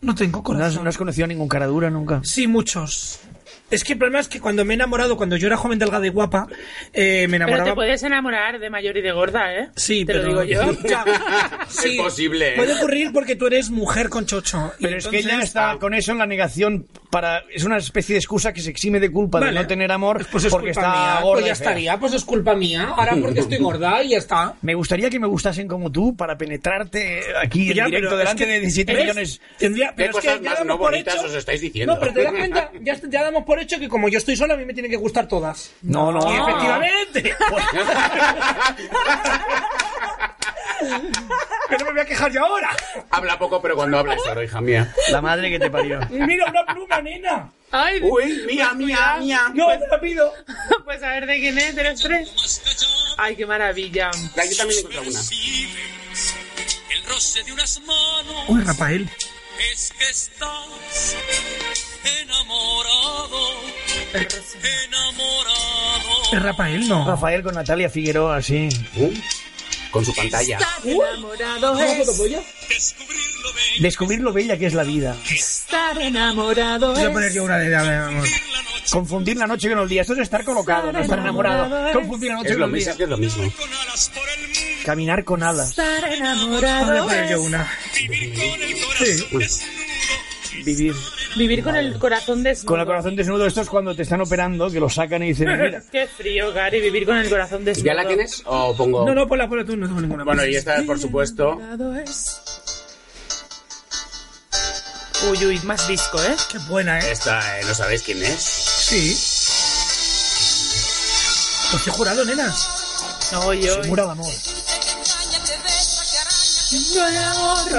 S6: No tengo
S5: ¿No has,
S6: corazón.
S5: no has conocido ningún cara dura nunca?
S6: Sí, muchos. Es que el problema es que cuando me he enamorado, cuando yo era joven, delgada y guapa, eh, me
S2: Pero
S6: enamoraba.
S2: te puedes enamorar de mayor y de gorda, ¿eh?
S6: Sí,
S2: te
S6: pero
S2: lo digo yo.
S6: Ya. Sí.
S3: Es posible, ¿eh?
S6: Puede ocurrir porque tú eres mujer con chocho. y
S5: Pero es que
S6: entonces- Ah,
S5: ella está con eso en la negación para es una especie de excusa que se exime de culpa de
S6: Vale.
S5: no tener amor
S6: Pues es
S5: porque
S6: culpa
S5: está
S6: mía,
S5: gorda.
S6: Pues
S5: y
S6: ya
S5: fea.
S6: estaría, pues es culpa mía. Ahora porque estoy gorda y ya está.
S5: Me gustaría que me gustasen como tú para penetrarte eh, aquí en
S6: Ya,
S5: directo
S6: pero es
S5: delante
S6: que-
S5: de 17
S6: ¿ves?
S5: millones.
S6: Tendría, pero es que
S3: cosas
S6: ya
S3: más
S6: damos
S3: no
S6: por
S3: bonitas
S6: hecho-
S3: os estáis diciendo?
S6: No, pero te das cuenta, ya, ya damos por hecho que como yo estoy sola, a mí me tienen que gustar todas.
S5: No, no.
S6: Y efectivamente. que no me voy a quejar yo ahora.
S3: Habla poco, pero cuando habla es oro, hija mía.
S5: La madre que te parió.
S6: Mira, una pluma, nena.
S2: Ay,
S3: Uy, mía, mía, mía.
S6: No, te la pido.
S2: pues a ver de quién es, de los tres. Ay, qué maravilla.
S3: Ah, Yo también encontré una.
S9: El roce de unas manos
S6: Uy, Rafael.
S9: es que estás enamorado, enamorado.
S6: Es Rafael, no.
S5: Rafael con Natalia Figueroa, sí.
S3: Uh, Con su pantalla.
S2: Enamorado es
S9: Descubrirlo de
S5: Descubrir lo bella que es la vida.
S2: estar enamorado.
S6: Voy a poner yo una de amor.
S9: la noche
S5: Confundir la noche con el día. Esto es estar colocado, no estar enamorado. Confundir la noche
S3: Es
S5: con
S3: lo
S5: el día.
S3: mismo, es que es lo mismo.
S9: con alas por el mundo,
S5: Caminar con alas.
S2: Estar
S6: Voy a
S2: enamorado.
S6: poner yo una.
S9: vivir con el corazón desnudo.
S5: Vivir.
S2: Vivir con el corazón desnudo.
S5: Con el corazón desnudo, esto es cuando te están operando, que lo sacan y dicen, mira.
S2: Qué frío, Gary, vivir con el corazón desnudo.
S3: ¿Ya la tienes o pongo...?
S6: No, no, ponla, ponla tú, no tengo ninguna.
S3: Bueno, y esta, por supuesto...
S2: Enamorado es- Uy, uy, más disco, ¿eh?
S6: Qué buena, ¿eh?
S3: Esta, eh, ¿no sabéis quién es?
S6: Sí. Pues te he jurado, nenas.
S2: No, yo.
S5: Mura el amor.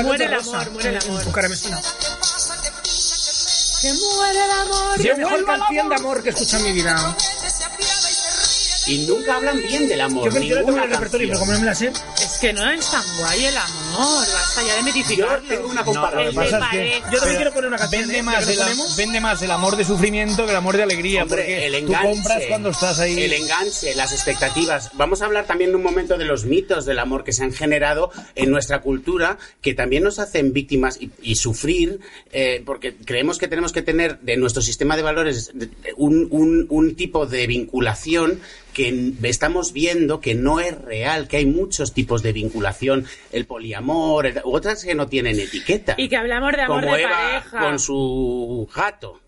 S2: Muere el
S6: Rosa,
S2: amor, muere el amor.
S6: Tu cara me suena.
S2: Que muere el amor.
S6: Es la mejor canción de amor que he escuchado en mi vida.
S3: Y nunca hablan bien del amor.
S6: Yo creo que yo la tengo en el
S3: ninguna
S6: repertorio,
S3: canción.
S6: pero como no me la sé.
S2: Es que no es tan guay el amor. Basta ya de
S3: Yo
S2: mitificarlo.
S3: tengo una
S5: lo que
S3: comparación.
S5: pasa es que.
S2: parece.
S6: Yo también
S5: pero
S6: quiero poner una canción.
S5: Vende
S6: ¿eh?
S5: más,
S6: ¿Ya
S5: el,
S6: lo ponemos?
S5: vende más el amor de sufrimiento que el amor de alegría.
S3: Hombre,
S5: porque
S3: el
S5: tú
S3: enganche,
S5: compras cuando estás ahí.
S3: El enganche, las expectativas. Vamos a hablar también en un momento de los mitos del amor que se han generado en nuestra cultura, que también nos hacen víctimas y, y sufrir, eh, porque creemos que tenemos que tener de nuestro sistema de valores de- de un, un- un tipo de vinculación que n- estamos viendo que no es real, que hay muchos tipos de vinculación, el poliamor, el- otras que no tienen etiqueta.
S2: Y que hablamos de amor
S3: como
S2: de
S3: Eva
S2: pareja.
S3: con su gato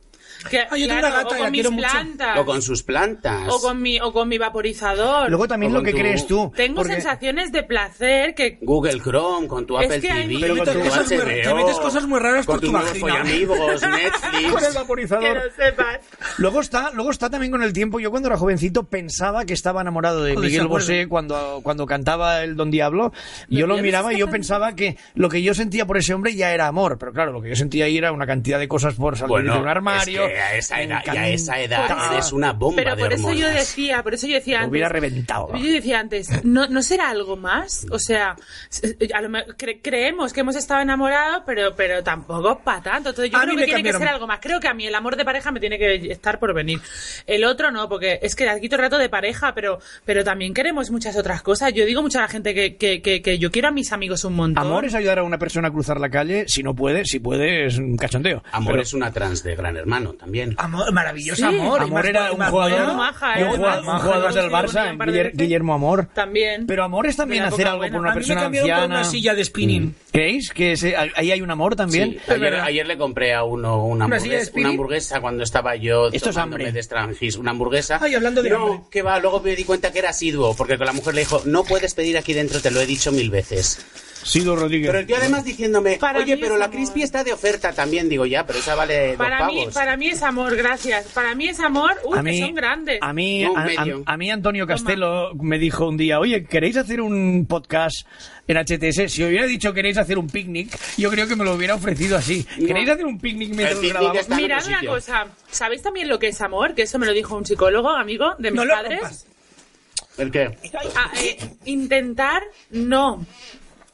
S2: Que,
S6: Ah, yo tengo una gata
S2: o
S6: y
S2: con
S6: la
S2: mis
S6: quiero mucho.
S2: plantas.
S3: o con sus plantas.
S2: Ah. o con mi, o con mi vaporizador.
S5: Luego también
S3: O
S5: lo
S3: con
S5: que
S3: tu-
S5: crees tú.
S2: Tengo
S5: porque-
S2: sensaciones de placer que.
S3: Google Chrome, con tu
S2: Es
S3: Apple
S2: que hay-
S3: TV,
S2: Pero
S3: con
S6: te
S3: tu
S6: metes cosas muy-
S3: HBO,
S6: te metes cosas muy raras
S3: con
S6: por tu
S3: tus nuevos
S6: vagina. Pues
S3: follamigos,
S5: Con el
S3: Netflix.
S2: Que
S5: vaporizador.
S2: lo sepas.
S5: Luego está, luego está también con el tiempo. Yo cuando era jovencito pensaba que estaba enamorado de
S6: Joder, se
S5: Miguel
S6: acuerda.
S5: Bosé cuando, cuando cantaba el Don Diablo. Yo lo
S2: ya ves
S5: miraba y
S2: que
S5: yo
S2: tan-
S5: pensaba que lo que yo sentía por ese hombre ya era amor. Pero claro, lo que yo sentía ahí era una cantidad de cosas por salir
S3: Bueno,
S5: de un armario,
S3: a esa
S5: Me
S3: edad, y
S5: encanta.
S3: a esa edad
S2: Por
S3: eres
S2: eso-
S3: una bomba
S2: Pero
S3: de
S2: por eso yo
S3: hormonas.
S2: decía, por eso yo decía
S5: Lo
S2: antes.
S5: hubiera reventado. vamos.
S2: Yo decía antes, ¿no, ¿no será algo más? O sea, s- a lo me- cre- creemos que hemos estado enamorados, pero, pero tampoco para tanto. Entonces yo
S6: A
S2: creo
S6: mí
S2: que
S6: me
S2: tiene
S6: cambiaron.
S2: que ser algo más. Creo que a mí el amor de pareja me tiene que estar por venir. El otro no, porque es que aquí todo el rato de pareja, pero, pero también queremos muchas otras cosas. Yo digo mucho a la gente que, que, que, que yo quiero a mis amigos un montón.
S5: Amor es ayudar a una persona a cruzar la calle, si no puede, si puede es un cachondeo.
S3: Amor
S5: Pero- Ah,
S3: es una trans de Gran Hermano también.
S6: Amor, maravilloso
S2: Sí.
S6: amor.
S5: Amor era un jugador,
S2: bueno, maja,
S5: un
S2: ¿eh?
S5: jugador,
S2: Maja,
S5: un jugador del
S2: sí,
S5: Barça,
S2: un par de
S5: Guiller-
S2: veces.
S5: Guillermo Amor.
S2: También.
S5: Pero amor es también
S2: Una
S5: hacer
S2: época
S5: algo
S2: buena.
S5: por una
S6: A mí me
S5: persona
S6: cambiaron por
S5: anciana.
S6: una silla de spinning.
S5: Mm. ¿Creéis que ese- ahí hay un amor también?
S3: Sí, ayer, ayer le compré a uno una
S6: ¿Una silla de
S3: hamburguesa,
S6: spinning?
S3: una hamburguesa cuando estaba yo
S5: Esto es
S3: tomándome
S5: hambre.
S3: de estrangis, una hamburguesa.
S6: Ay, hablando de hambre.
S3: No, que va, luego me di cuenta que era asiduo, porque con la mujer le dijo, no puedes pedir aquí dentro, te lo he dicho mil veces.
S5: Sido Rodríguez.
S3: Pero el tío además diciéndome,
S2: Para
S3: oye,
S2: mí
S3: pero
S2: es
S3: la
S2: amor".
S3: crispy está de oferta también, digo ya, pero esa vale
S2: Para
S3: dos
S2: mí,
S3: pavos.
S2: para mí es amor, gracias. Para mí es amor, uy,
S5: a mí,
S2: que son grandes.
S5: a mí,
S3: No, un
S5: a, a-
S3: medio.
S5: a mí Antonio Castelo me dijo un día, oye, ¿queréis hacer un podcast en HTS? Si hubiera dicho queréis hacer un picnic, yo creo que me lo hubiera ofrecido así.
S3: No.
S5: ¿Queréis hacer un picnic mientras
S3: El picnic
S5: grabamos?
S3: está- en
S2: Mirad
S3: otro
S2: una
S3: sitio.
S2: cosa, ¿sabéis también lo que es amor? Que eso me lo dijo un psicólogo, amigo de mis
S6: No lo
S2: padres.
S6: rompas.
S3: ¿El qué?
S2: Ah, eh, intentar no.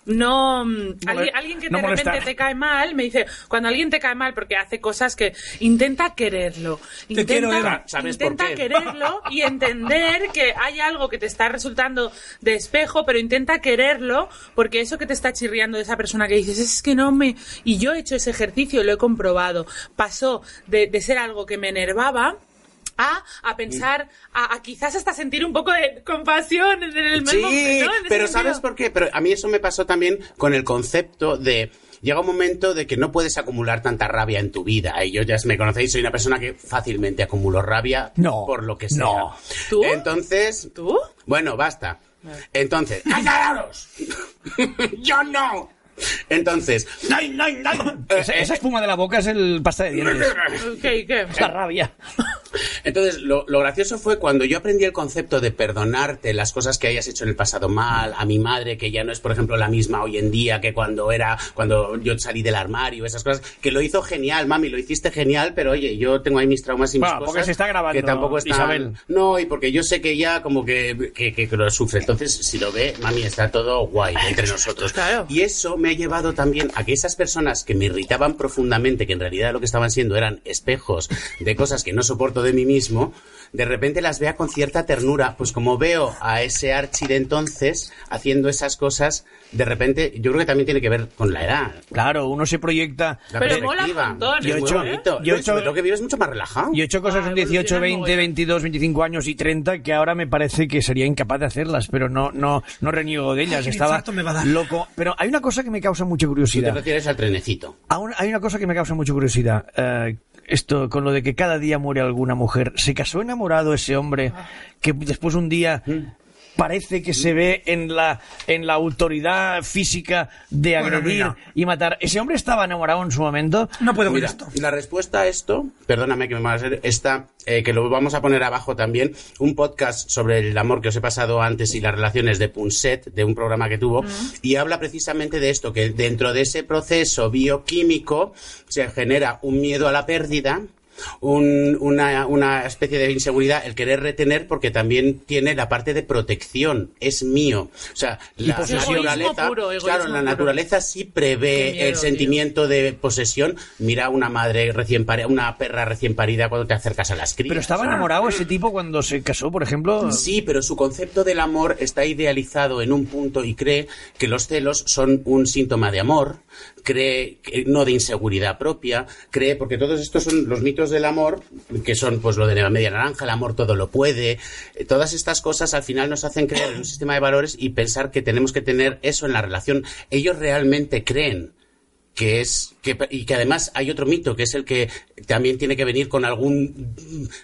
S2: No, mm, alguien, alguien que
S5: no
S2: de repente
S5: molestar.
S2: te cae mal, me dice, cuando alguien te cae mal porque hace cosas que intenta quererlo, intenta,
S6: quiero, Eva.
S3: ¿Sabes por
S2: intenta
S3: qué?
S2: quererlo y entender que hay algo que te está resultando de espejo, pero intenta quererlo porque eso que te está chirriando de esa persona que dices, es que no me... Y yo he hecho ese ejercicio, lo he comprobado, pasó de, de ser algo que me enervaba a, a pensar, a, a quizás hasta sentir un poco de compasión en el
S3: Sí,
S2: mismo momento, ¿no? En ese
S3: pero ¿sabes
S2: sentido.
S3: por qué? Pero a mí eso me pasó también con el concepto de... Llega un momento de que no puedes acumular tanta rabia en tu vida. Y yo ya me conocéis, soy una persona que fácilmente acumulo rabia
S5: No,
S3: por lo que sea.
S5: no.
S2: ¿Tú?
S3: Entonces,
S2: ¿Tú?
S3: bueno, basta. Entonces, ¡callaros! ¡Yo no! Entonces, eh,
S5: Esa, esa espuma de la boca es el pasta de dientes.
S2: ¿Qué, qué?
S5: Es la rabia.
S3: Entonces, lo, lo gracioso fue cuando yo aprendí el concepto de perdonarte las cosas que hayas hecho en el pasado mal, a mi madre, que ya no es, por ejemplo, la misma hoy en día que cuando era, cuando yo salí del armario, esas cosas, que lo hizo genial, mami, lo hiciste genial, pero oye, yo tengo ahí mis traumas y mis
S5: Bueno, porque
S3: cosas.
S5: se está grabando,
S3: Que tampoco está.
S5: Isabel.
S3: No, y porque yo sé que ya como que, que, que- que lo sufre. Entonces, si lo ve, mami, está todo guay entre nosotros.
S2: Claro.
S3: Y eso me ha llevado también a que esas personas que me irritaban profundamente, que en realidad lo que estaban siendo eran espejos de cosas que no soporto de mí mismo, de repente las vea con cierta ternura. Pues como veo a ese Archie de entonces haciendo esas cosas, de repente yo creo que también tiene que ver con la edad.
S5: Claro, uno se proyecta.
S3: La
S2: Pero mola
S3: perspectiva.
S2: un montón,
S3: Es muy
S5: ¿eh? Yo he hecho-
S3: bonito.
S5: yo he
S3: Y sobre
S5: hecho-
S3: todo que vives mucho más relajado.
S5: Yo he hecho cosas
S2: Ah,
S5: en 18,
S6: pues
S2: evoluciona
S5: 20,
S2: mogollón.
S5: 22, 25 años y 30 que ahora me parece que sería incapaz de hacerlas, pero no no no reniego de ellas.
S6: Ay, el
S5: Estaba
S6: infarto me va a dar.
S5: loco. Pero hay una cosa que me causa mucha
S3: Tú te
S5: curiosidad.
S3: refieres al trenecito.
S5: A una- hay una cosa que me causa mucha curiosidad. Eh, esto con lo de que cada día muere alguna mujer. ¿Se casó enamorado ese hombre que después un día parece que se ve en la, en la autoridad física de
S6: Bueno,
S5: agredir
S6: mira.
S5: y matar? ¿Ese hombre estaba enamorado en su momento?
S6: No puedo con
S3: Mira,
S6: esto.
S3: La respuesta a esto, perdóname que me va a hacer, está, eh, que lo vamos a poner abajo también, un podcast sobre el amor que os he pasado antes y las relaciones de Punset, de un programa que tuvo, y habla precisamente de esto, que dentro de ese proceso bioquímico se genera un miedo a la pérdida. un- una, una especie de inseguridad el querer retener porque también tiene la parte de protección es mío o sea la
S2: posesión.
S3: naturaleza
S2: pues Egoísmo puro, egoísmo
S3: claro la
S2: puro.
S3: naturaleza sí
S2: Qué
S3: prevé
S2: miedo,
S3: el
S2: tío.
S3: sentimiento sentimiento de posesión, mira una madre recién parida, una perra recién parida cuando te acercas a las crías.
S5: ¿Pero estaba
S3: O sea,
S5: enamorado ese tipo cuando se casó, por ejemplo?
S3: Sí, pero su concepto del amor está idealizado en un punto y cree que los celos son un síntoma de amor, cree que- no de inseguridad propia, cree porque todos estos son los mitos del amor, que son pues lo de la media naranja, el amor todo lo puede, eh, todas estas cosas al final nos hacen creer en un sistema de valores y pensar que tenemos que tener eso en la relación. Ellos realmente creen que es que, y que además hay otro mito que es el que también tiene que venir con algún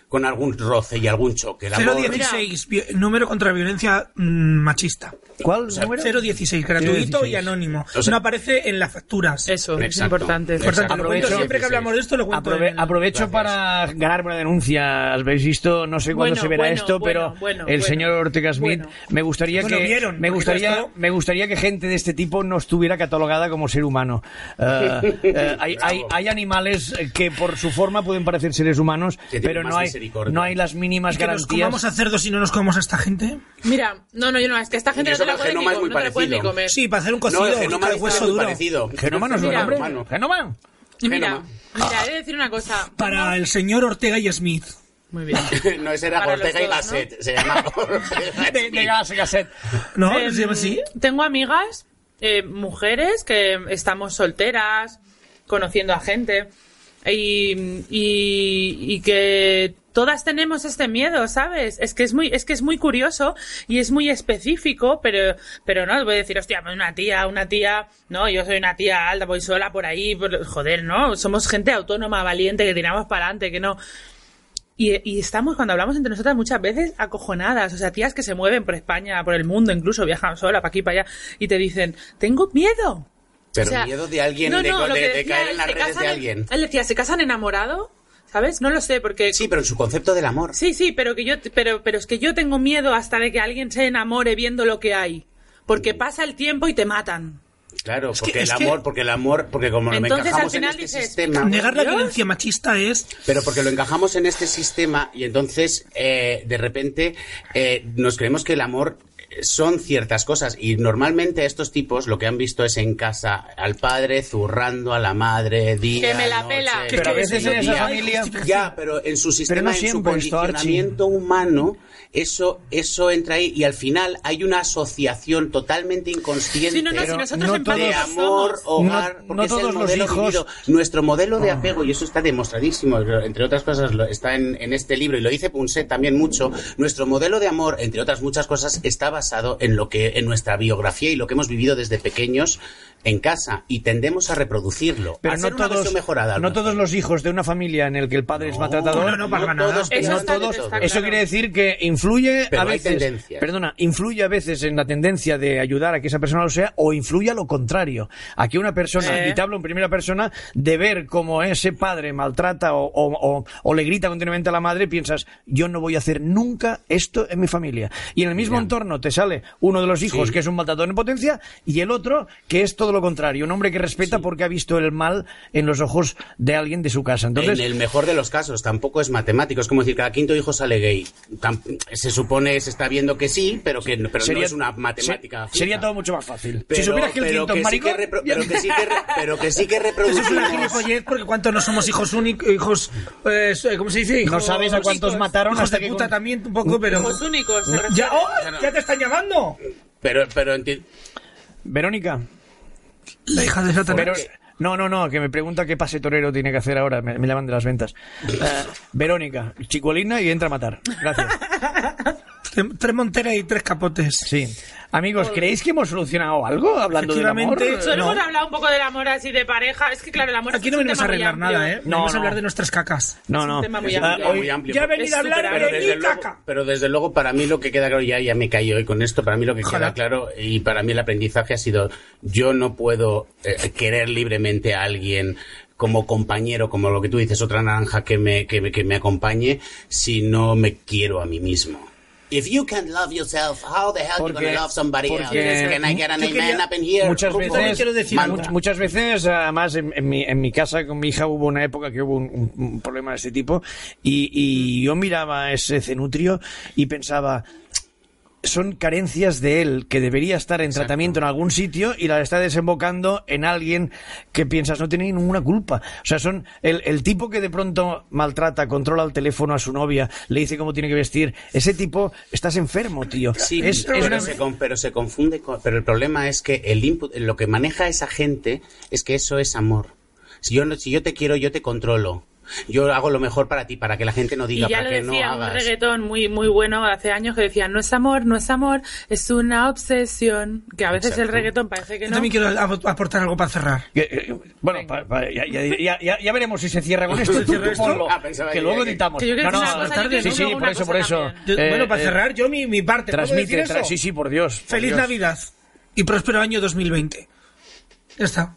S3: con algún roce y algún choque el amor-
S6: 016, vi- número contra violencia mm, machista.
S5: ¿Cuál?
S3: sea,
S5: número?
S6: 016, gratuito
S5: 016.
S6: y anónimo.
S3: O sea-
S6: no aparece en las facturas.
S2: Eso, es
S3: Exacto.
S2: importante.
S6: Por tanto, lo
S5: Aprovecho-
S6: cuento siempre que hablamos de esto, lo cuento.
S5: Aprove-
S6: en el-
S5: aprovecho
S3: Gracias.
S5: para ganarme una denuncia. Habéis visto, no sé cuándo
S2: Bueno,
S5: se verá
S2: bueno,
S5: esto,
S2: bueno,
S5: pero
S2: bueno,
S5: el
S2: bueno.
S5: señor Ortega Smith
S2: Bueno.
S5: me gustaría
S6: Bueno,
S5: que
S6: vieron,
S5: me
S6: porque
S5: gustaría
S6: esto-
S5: me gustaría que gente de este tipo no estuviera catalogada como ser humano. Eh, Eh, eh, hay, hay- hay animales eh, que por su forma pueden parecer seres humanos,
S3: tienen
S5: pero
S3: más
S5: no hay,
S3: misericordia.
S5: no hay las mínimas
S6: ¿Que nos comamos
S5: garantías.
S6: a cerdos si no nos comamos a esta gente?
S2: Mira, no, no, yo no, es que esta gente
S3: Y
S2: no
S3: eso
S2: te la
S3: que
S2: puede
S3: el
S2: ni,
S3: genoma es
S2: com-
S3: muy
S2: no te la pueden ni
S3: parecido.
S2: comer.
S6: Sí, para hacer un cocido
S3: No, el
S6: está
S3: genoma
S6: el
S3: es
S6: hueso
S3: muy
S6: duro.
S3: parecido.
S5: Genoma no es un
S2: Mira.
S5: hombre.
S3: Humano.
S5: Genoma.
S2: Y mira,
S3: genoma.
S2: mira, he de decir una cosa.
S6: Para el señor Ortega y Smith.
S2: Muy bien.
S3: No, ese era
S2: Para los
S3: Ortega y
S2: todos, ¿no?
S3: Gasset. Se llama Ortega y
S5: De, de
S3: Gasset.
S5: gas, de cassette.
S6: ¿No?
S2: Em,
S6: ¿Se llama así?
S2: Tengo amigas, eh, mujeres, que estamos solteras, conociendo a gente, y, y- y que todas tenemos este miedo, ¿sabes? Es que es muy, es que es muy curioso y es muy específico, pero, pero no, voy a decir, hostia, pues una tía, una tía, no, yo soy una tía alta, voy sola por ahí, por- joder, no, somos gente autónoma, valiente, que tiramos para adelante, que no. Y, y estamos, cuando hablamos entre nosotras, muchas veces acojonadas. O sea, tías que se mueven por España, por el mundo, incluso viajan sola, para aquí, para allá, y te dicen, tengo miedo.
S3: Pero
S2: O sea,
S3: miedo de alguien,
S2: no,
S3: de,
S2: no,
S3: de-
S2: lo que
S3: de
S2: decía
S3: caer
S2: él,
S3: en las
S2: se
S3: redes
S2: casan
S3: de
S2: en-
S3: alguien.
S2: Él decía, ¿se casan enamorado? ¿Sabes? No lo sé, porque...
S3: Sí, pero en su concepto del amor.
S2: Sí, sí, pero, que yo, pero, pero es que yo tengo miedo hasta de que alguien se enamore viendo lo que hay.
S3: Mm.
S2: Porque pasa el tiempo y te matan.
S3: Claro, porque
S6: es
S3: el
S6: que-
S3: amor, porque el amor, porque como lo
S2: Entonces,
S3: encajamos
S2: al final
S3: en este
S2: dices,
S3: sistema.
S6: Negar la
S2: Dios.
S6: violencia machista es
S3: Pero porque lo encajamos en este sistema y entonces eh, de repente eh, nos creemos que el amor eh, son ciertas cosas y normalmente estos tipos lo que han visto es en casa al padre zurrando a la madre día
S2: Que me la
S3: noche,
S2: pela.
S5: Pero a veces en esa
S3: mediodía.
S5: familia.
S3: Ya, pero en su sistema,
S5: no
S3: en su
S5: siempre, esto, Archie.
S3: condicionamiento humano, eso, eso entra ahí y al final hay una asociación totalmente inconsciente.
S2: Sí, no, no, si
S5: Pero
S2: nosotros
S5: no
S2: en paz
S3: de
S5: todos-
S2: somos.
S3: amor, hogar,
S5: No-
S3: porque
S5: no
S3: es el
S5: todos los
S3: modelo
S5: hijos- Ah.
S3: vivido. Nuestro modelo de apego, y eso está demostradísimo, entre otras cosas, lo- está en, en este libro, y lo dice Punset también mucho, nuestro modelo de amor, entre otras muchas cosas, está basado en lo que, en nuestra biografía y lo que hemos vivido desde pequeños en casa, y tendemos a reproducirlo.
S5: Pero
S3: a
S5: no
S3: ser una
S5: todos,
S3: versión mejorada.
S5: no todos los hijos de una familia en el que el padre es maltratador.
S6: no, no, para nada.
S3: todos,
S2: Eso
S3: no
S2: está-
S3: todos.
S2: está claro.
S5: Eso quiere decir que influye
S3: Pero
S5: a
S3: hay
S5: veces,
S3: tendencias.
S5: perdona, influye a veces en la tendencia de ayudar a que esa persona lo sea o influye a lo contrario, a que una persona,
S2: Eh.
S5: y te hablo en primera persona, de ver cómo ese padre maltrata o, o- o- o le grita continuamente a la madre, piensas, yo no voy a hacer nunca esto en mi familia. Y en el mismo entorno te sale uno de los hijos que es un maltratador en potencia y el otro que es todo lo contrario, un hombre que respeta porque ha visto el mal en los ojos de alguien de su casa. Entonces,
S3: en el mejor de los casos, tampoco es matemático. Es como decir, cada quinto hijo sale gay. Tam- se supone, se está viendo que sí, pero que no- pero no es una matemática.
S5: se- sería
S3: fija.
S5: todo mucho más fácil.
S3: Pero,
S5: si supieras que el
S3: pero
S5: quinto es
S3: que sí
S5: maricón,
S3: que repro- pero que sí que re- pero que sí que
S6: Eso es una
S3: reproducimos.
S6: gilipollez porque cuántos no somos hijos únicos, hijos, eh, ¿cómo se dice?
S5: No
S6: Hijos-
S5: sabes a cuántos
S6: hijos-
S5: mataron
S6: hijos
S5: hasta
S6: de
S5: que
S6: puta
S5: con-
S6: también un poco, pero
S2: Los únicos. se refiere.
S6: ya, ¡Oh! ya te están llamando.
S3: Pero, pero enti-
S5: Verónica.
S6: La hija de Satanás.
S5: Vero- No, no, no, que me pregunta qué pase torero tiene que hacer ahora. Me, me llaman de las ventas. Eh, Verónica, chicuelina y entra a matar. Gracias.
S6: Tre- Tres monteras y tres capotes.
S5: Sí. Amigos, ¿creéis que hemos solucionado algo hablando del amor?
S6: Efectivamente.
S2: Solo
S6: No.
S2: hemos hablado un poco del amor así de pareja. Es que claro, el amor
S6: Aquí
S2: es
S6: no
S2: un
S6: venimos a
S2: tema muy
S6: arreglar
S2: amplio.
S6: nada, ¿eh?
S5: No,
S6: venimos a
S5: no.
S6: hablar de nuestras cacas.
S5: No,
S2: Es un
S5: no.
S2: tema muy
S5: Ah,
S2: amplio.
S5: hoy-
S3: muy amplio.
S6: Ya he venido a
S2: Es
S6: hablar
S3: pero
S2: superamplio.
S6: de
S3: desde,
S6: mi
S3: luego,
S6: caca.
S3: pero desde luego para mí lo que queda claro, ya, ya me caí hoy con esto, para mí lo que queda
S6: Ojalá.
S3: claro y para mí el aprendizaje ha sido yo no puedo eh, querer libremente a alguien como compañero, como lo que tú dices, otra naranja que me, que, me- que me acompañe, si no me quiero a mí mismo. If you can't love yourself, how the hell you
S5: Porque-
S3: gonna love somebody
S5: porque-
S3: else? Can I get an
S6: Yo
S3: amen
S6: quería-
S3: up in here?
S5: Muchas
S3: ¿Cómo- cómo
S5: veces,
S6: quiero decir
S5: mu-
S6: algo.
S5: muchas veces, además, en, en mi, en mi casa con mi hija hubo una época que hubo un, un- un problema de este tipo y, y yo miraba ese cenutrio y pensaba, son carencias de él que debería estar en tratamiento en algún sitio y la está desembocando en alguien que piensas no tiene ninguna culpa. O sea, son el, el tipo que de pronto maltrata, controla el teléfono a su novia, le dice cómo tiene que vestir. Ese tipo, estás enfermo, tío.
S3: Sí,
S5: Es-
S3: pero,
S5: es
S3: pero
S5: una-
S3: se, con- pero se confunde. con- pero el problema es que el input, lo que maneja esa gente es que eso es amor. Si yo, no- si yo te quiero, yo te controlo. Yo hago lo mejor para ti, para que la gente no diga,
S2: Y ya
S3: para
S2: lo
S3: que
S2: decía
S3: no
S2: un
S3: hagas.
S2: reggaetón muy, muy bueno hace años que decía, no es amor, no es amor, es una obsesión. Que a veces el
S3: Exacto.
S2: reggaetón parece que
S6: Yo
S2: no.
S6: también quiero ap- aportar algo para cerrar.
S5: Que, eh, Bueno, pa- pa- ya, ya- ya- ya- ya veremos si se cierra con esto.
S6: ¿Se cierra
S5: Tú
S6: esto?
S5: ponlo,
S3: Ah, pensaba
S5: que
S3: que-
S5: luego editamos.
S2: que yo creo que es una
S6: cosa, yo creo que
S5: sí, sí,
S2: luego
S5: por
S2: una
S5: eso,
S2: cosa
S5: por eso.
S2: también.
S6: Yo-
S5: Eh,
S6: bueno, para
S5: eh,
S6: cerrar, yo mi, mi parte. ¿puedo
S5: Transmite,
S6: decir
S5: tra-
S6: eso?
S5: sí, sí, por Dios. por
S6: Feliz
S5: Dios.
S6: Navidad y próspero año 2020. Ya está.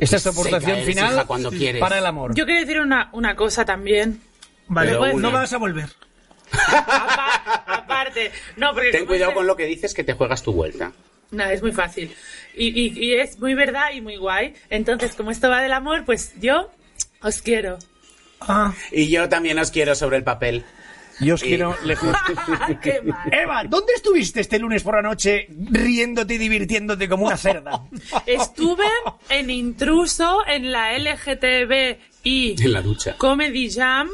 S5: Esta es tu
S3: Se
S5: aportación
S3: cae,
S5: final
S3: hija, cuando quieres.
S5: para el amor.
S2: Yo quiero decir una, una cosa también.
S6: Vale,
S3: Pero
S6: no
S3: una.
S6: vas a volver.
S2: Apa- Aparte, no, porque
S3: Ten
S2: como
S3: cuidado
S2: dice-
S3: con lo que dices que te juegas tu vuelta.
S2: Nada, es muy fácil. Y, y- y es muy verdad y muy guay. Entonces, como esto va del amor, pues yo os quiero.
S6: Ah,
S3: Y yo también os quiero sobre el papel.
S5: Yo os
S3: Y-
S5: quiero lejos.
S2: Qué mal.
S5: Eva, ¿dónde estuviste este lunes por la noche riéndote y divirtiéndote como una cerda?
S2: Estuve en Intruso, en la LGTBI
S3: En la ducha.
S2: Comedy Jam,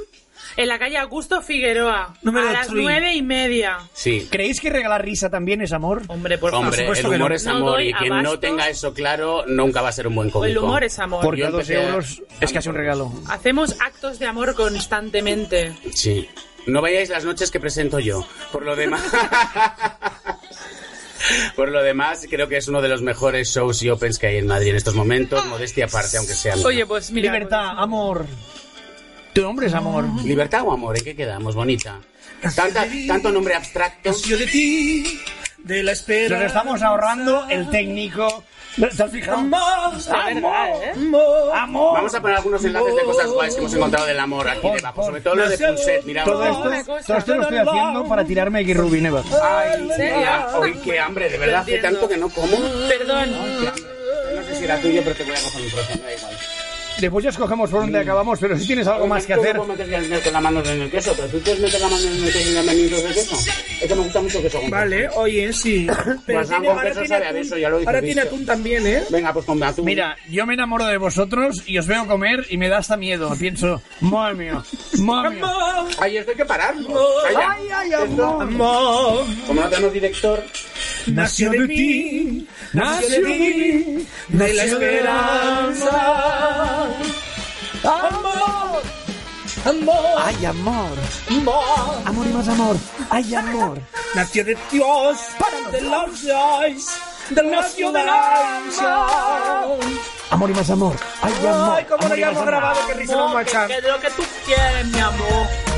S2: en la calle Augusto Figueroa,
S6: Número
S2: a las
S6: three.
S2: nueve y media.
S3: Sí.
S5: ¿Creéis que regalar risa también es amor?
S2: Hombre, por favor.
S3: Hombre, eh, el
S6: que
S3: humor
S6: no.
S3: es
S2: No
S3: amor
S2: doy
S3: y quien no
S2: abasto.
S3: tenga eso claro nunca va a ser un buen cómico.
S2: El humor es amor.
S5: Porque
S3: Yo
S5: a dos
S3: empecé a-
S5: euros es casi un regalo.
S2: Hacemos actos de amor constantemente.
S3: Sí. No vayáis las noches que presento yo. Por lo demás. Por lo demás, creo que es uno de los mejores shows y opens que hay en Madrid en estos momentos. Modestia aparte, aunque sea. mía.
S2: Oye, pues mira.
S5: Libertad, amor. Tu nombre es amor.
S3: ¿Libertad o amor? ¿En qué quedamos? Bonita. Tanta- tanto nombre abstracto.
S6: yo de ti, de la espera.
S5: Nos estamos ahorrando el técnico. ¿Te has fijado?
S6: Más Ah,
S2: pues, la verdad, ¿eh?
S6: amor.
S5: ¡Amor!
S3: Vamos a poner algunos enlaces de cosas guays que hemos encontrado del amor aquí
S5: Por-
S3: debajo.
S5: por-
S3: Sobre todo lo de Punset, mira.
S5: Todo esto,
S2: Una cosa.
S5: todo esto lo estoy haciendo para tirarme aquí Rubin Eva.
S3: Ay,
S2: serio?
S3: mira, hoy qué hambre, de verdad, hace
S2: Entiendo.
S3: tanto que no como.
S2: Perdón.
S3: No sé si era tuyo, pero te voy a coger un trozo, me da igual.
S5: Después ya escogemos por dónde acabamos, pero si tienes algo más que hacer.
S3: Yo puedo meter el dedo con la mano en el queso, pero tú quieres meter la mano en el queso y la mano en el queso. Es que me gusta mucho el queso. con
S6: Vale,
S3: queso.
S6: oye, sí.
S3: Pues
S6: tiene-
S3: algo que eso sabe a
S6: atún.
S3: beso, ya lo dice
S6: ahora tiene
S3: Cristo.
S6: atún también, ¿eh?
S3: Venga, pues con atún.
S5: Mira, yo me enamoro de vosotros y os veo comer y me da hasta miedo. Pienso, madre mía, madre mía.
S3: Ay, esto hay que pararlo. Calla.
S5: Ay, ay, amor.
S6: Amor,
S3: Como no tenemos director,
S6: nació de ti, nació de ti, de la esperanza. Amor, amor,
S5: Ay, amor.
S6: amor,
S5: Amor y más amor. Ay, amor.
S6: nació de Dios, de los dios, de nació de la
S5: Amor y más amor. Ay, amor.
S6: Ay, cómo
S5: Amor y
S6: lo
S5: más
S6: hayamos
S5: amor.
S6: grabado, que risa nos
S2: Amor,
S6: machan.
S2: que- que es lo que tú quieres, mi amor.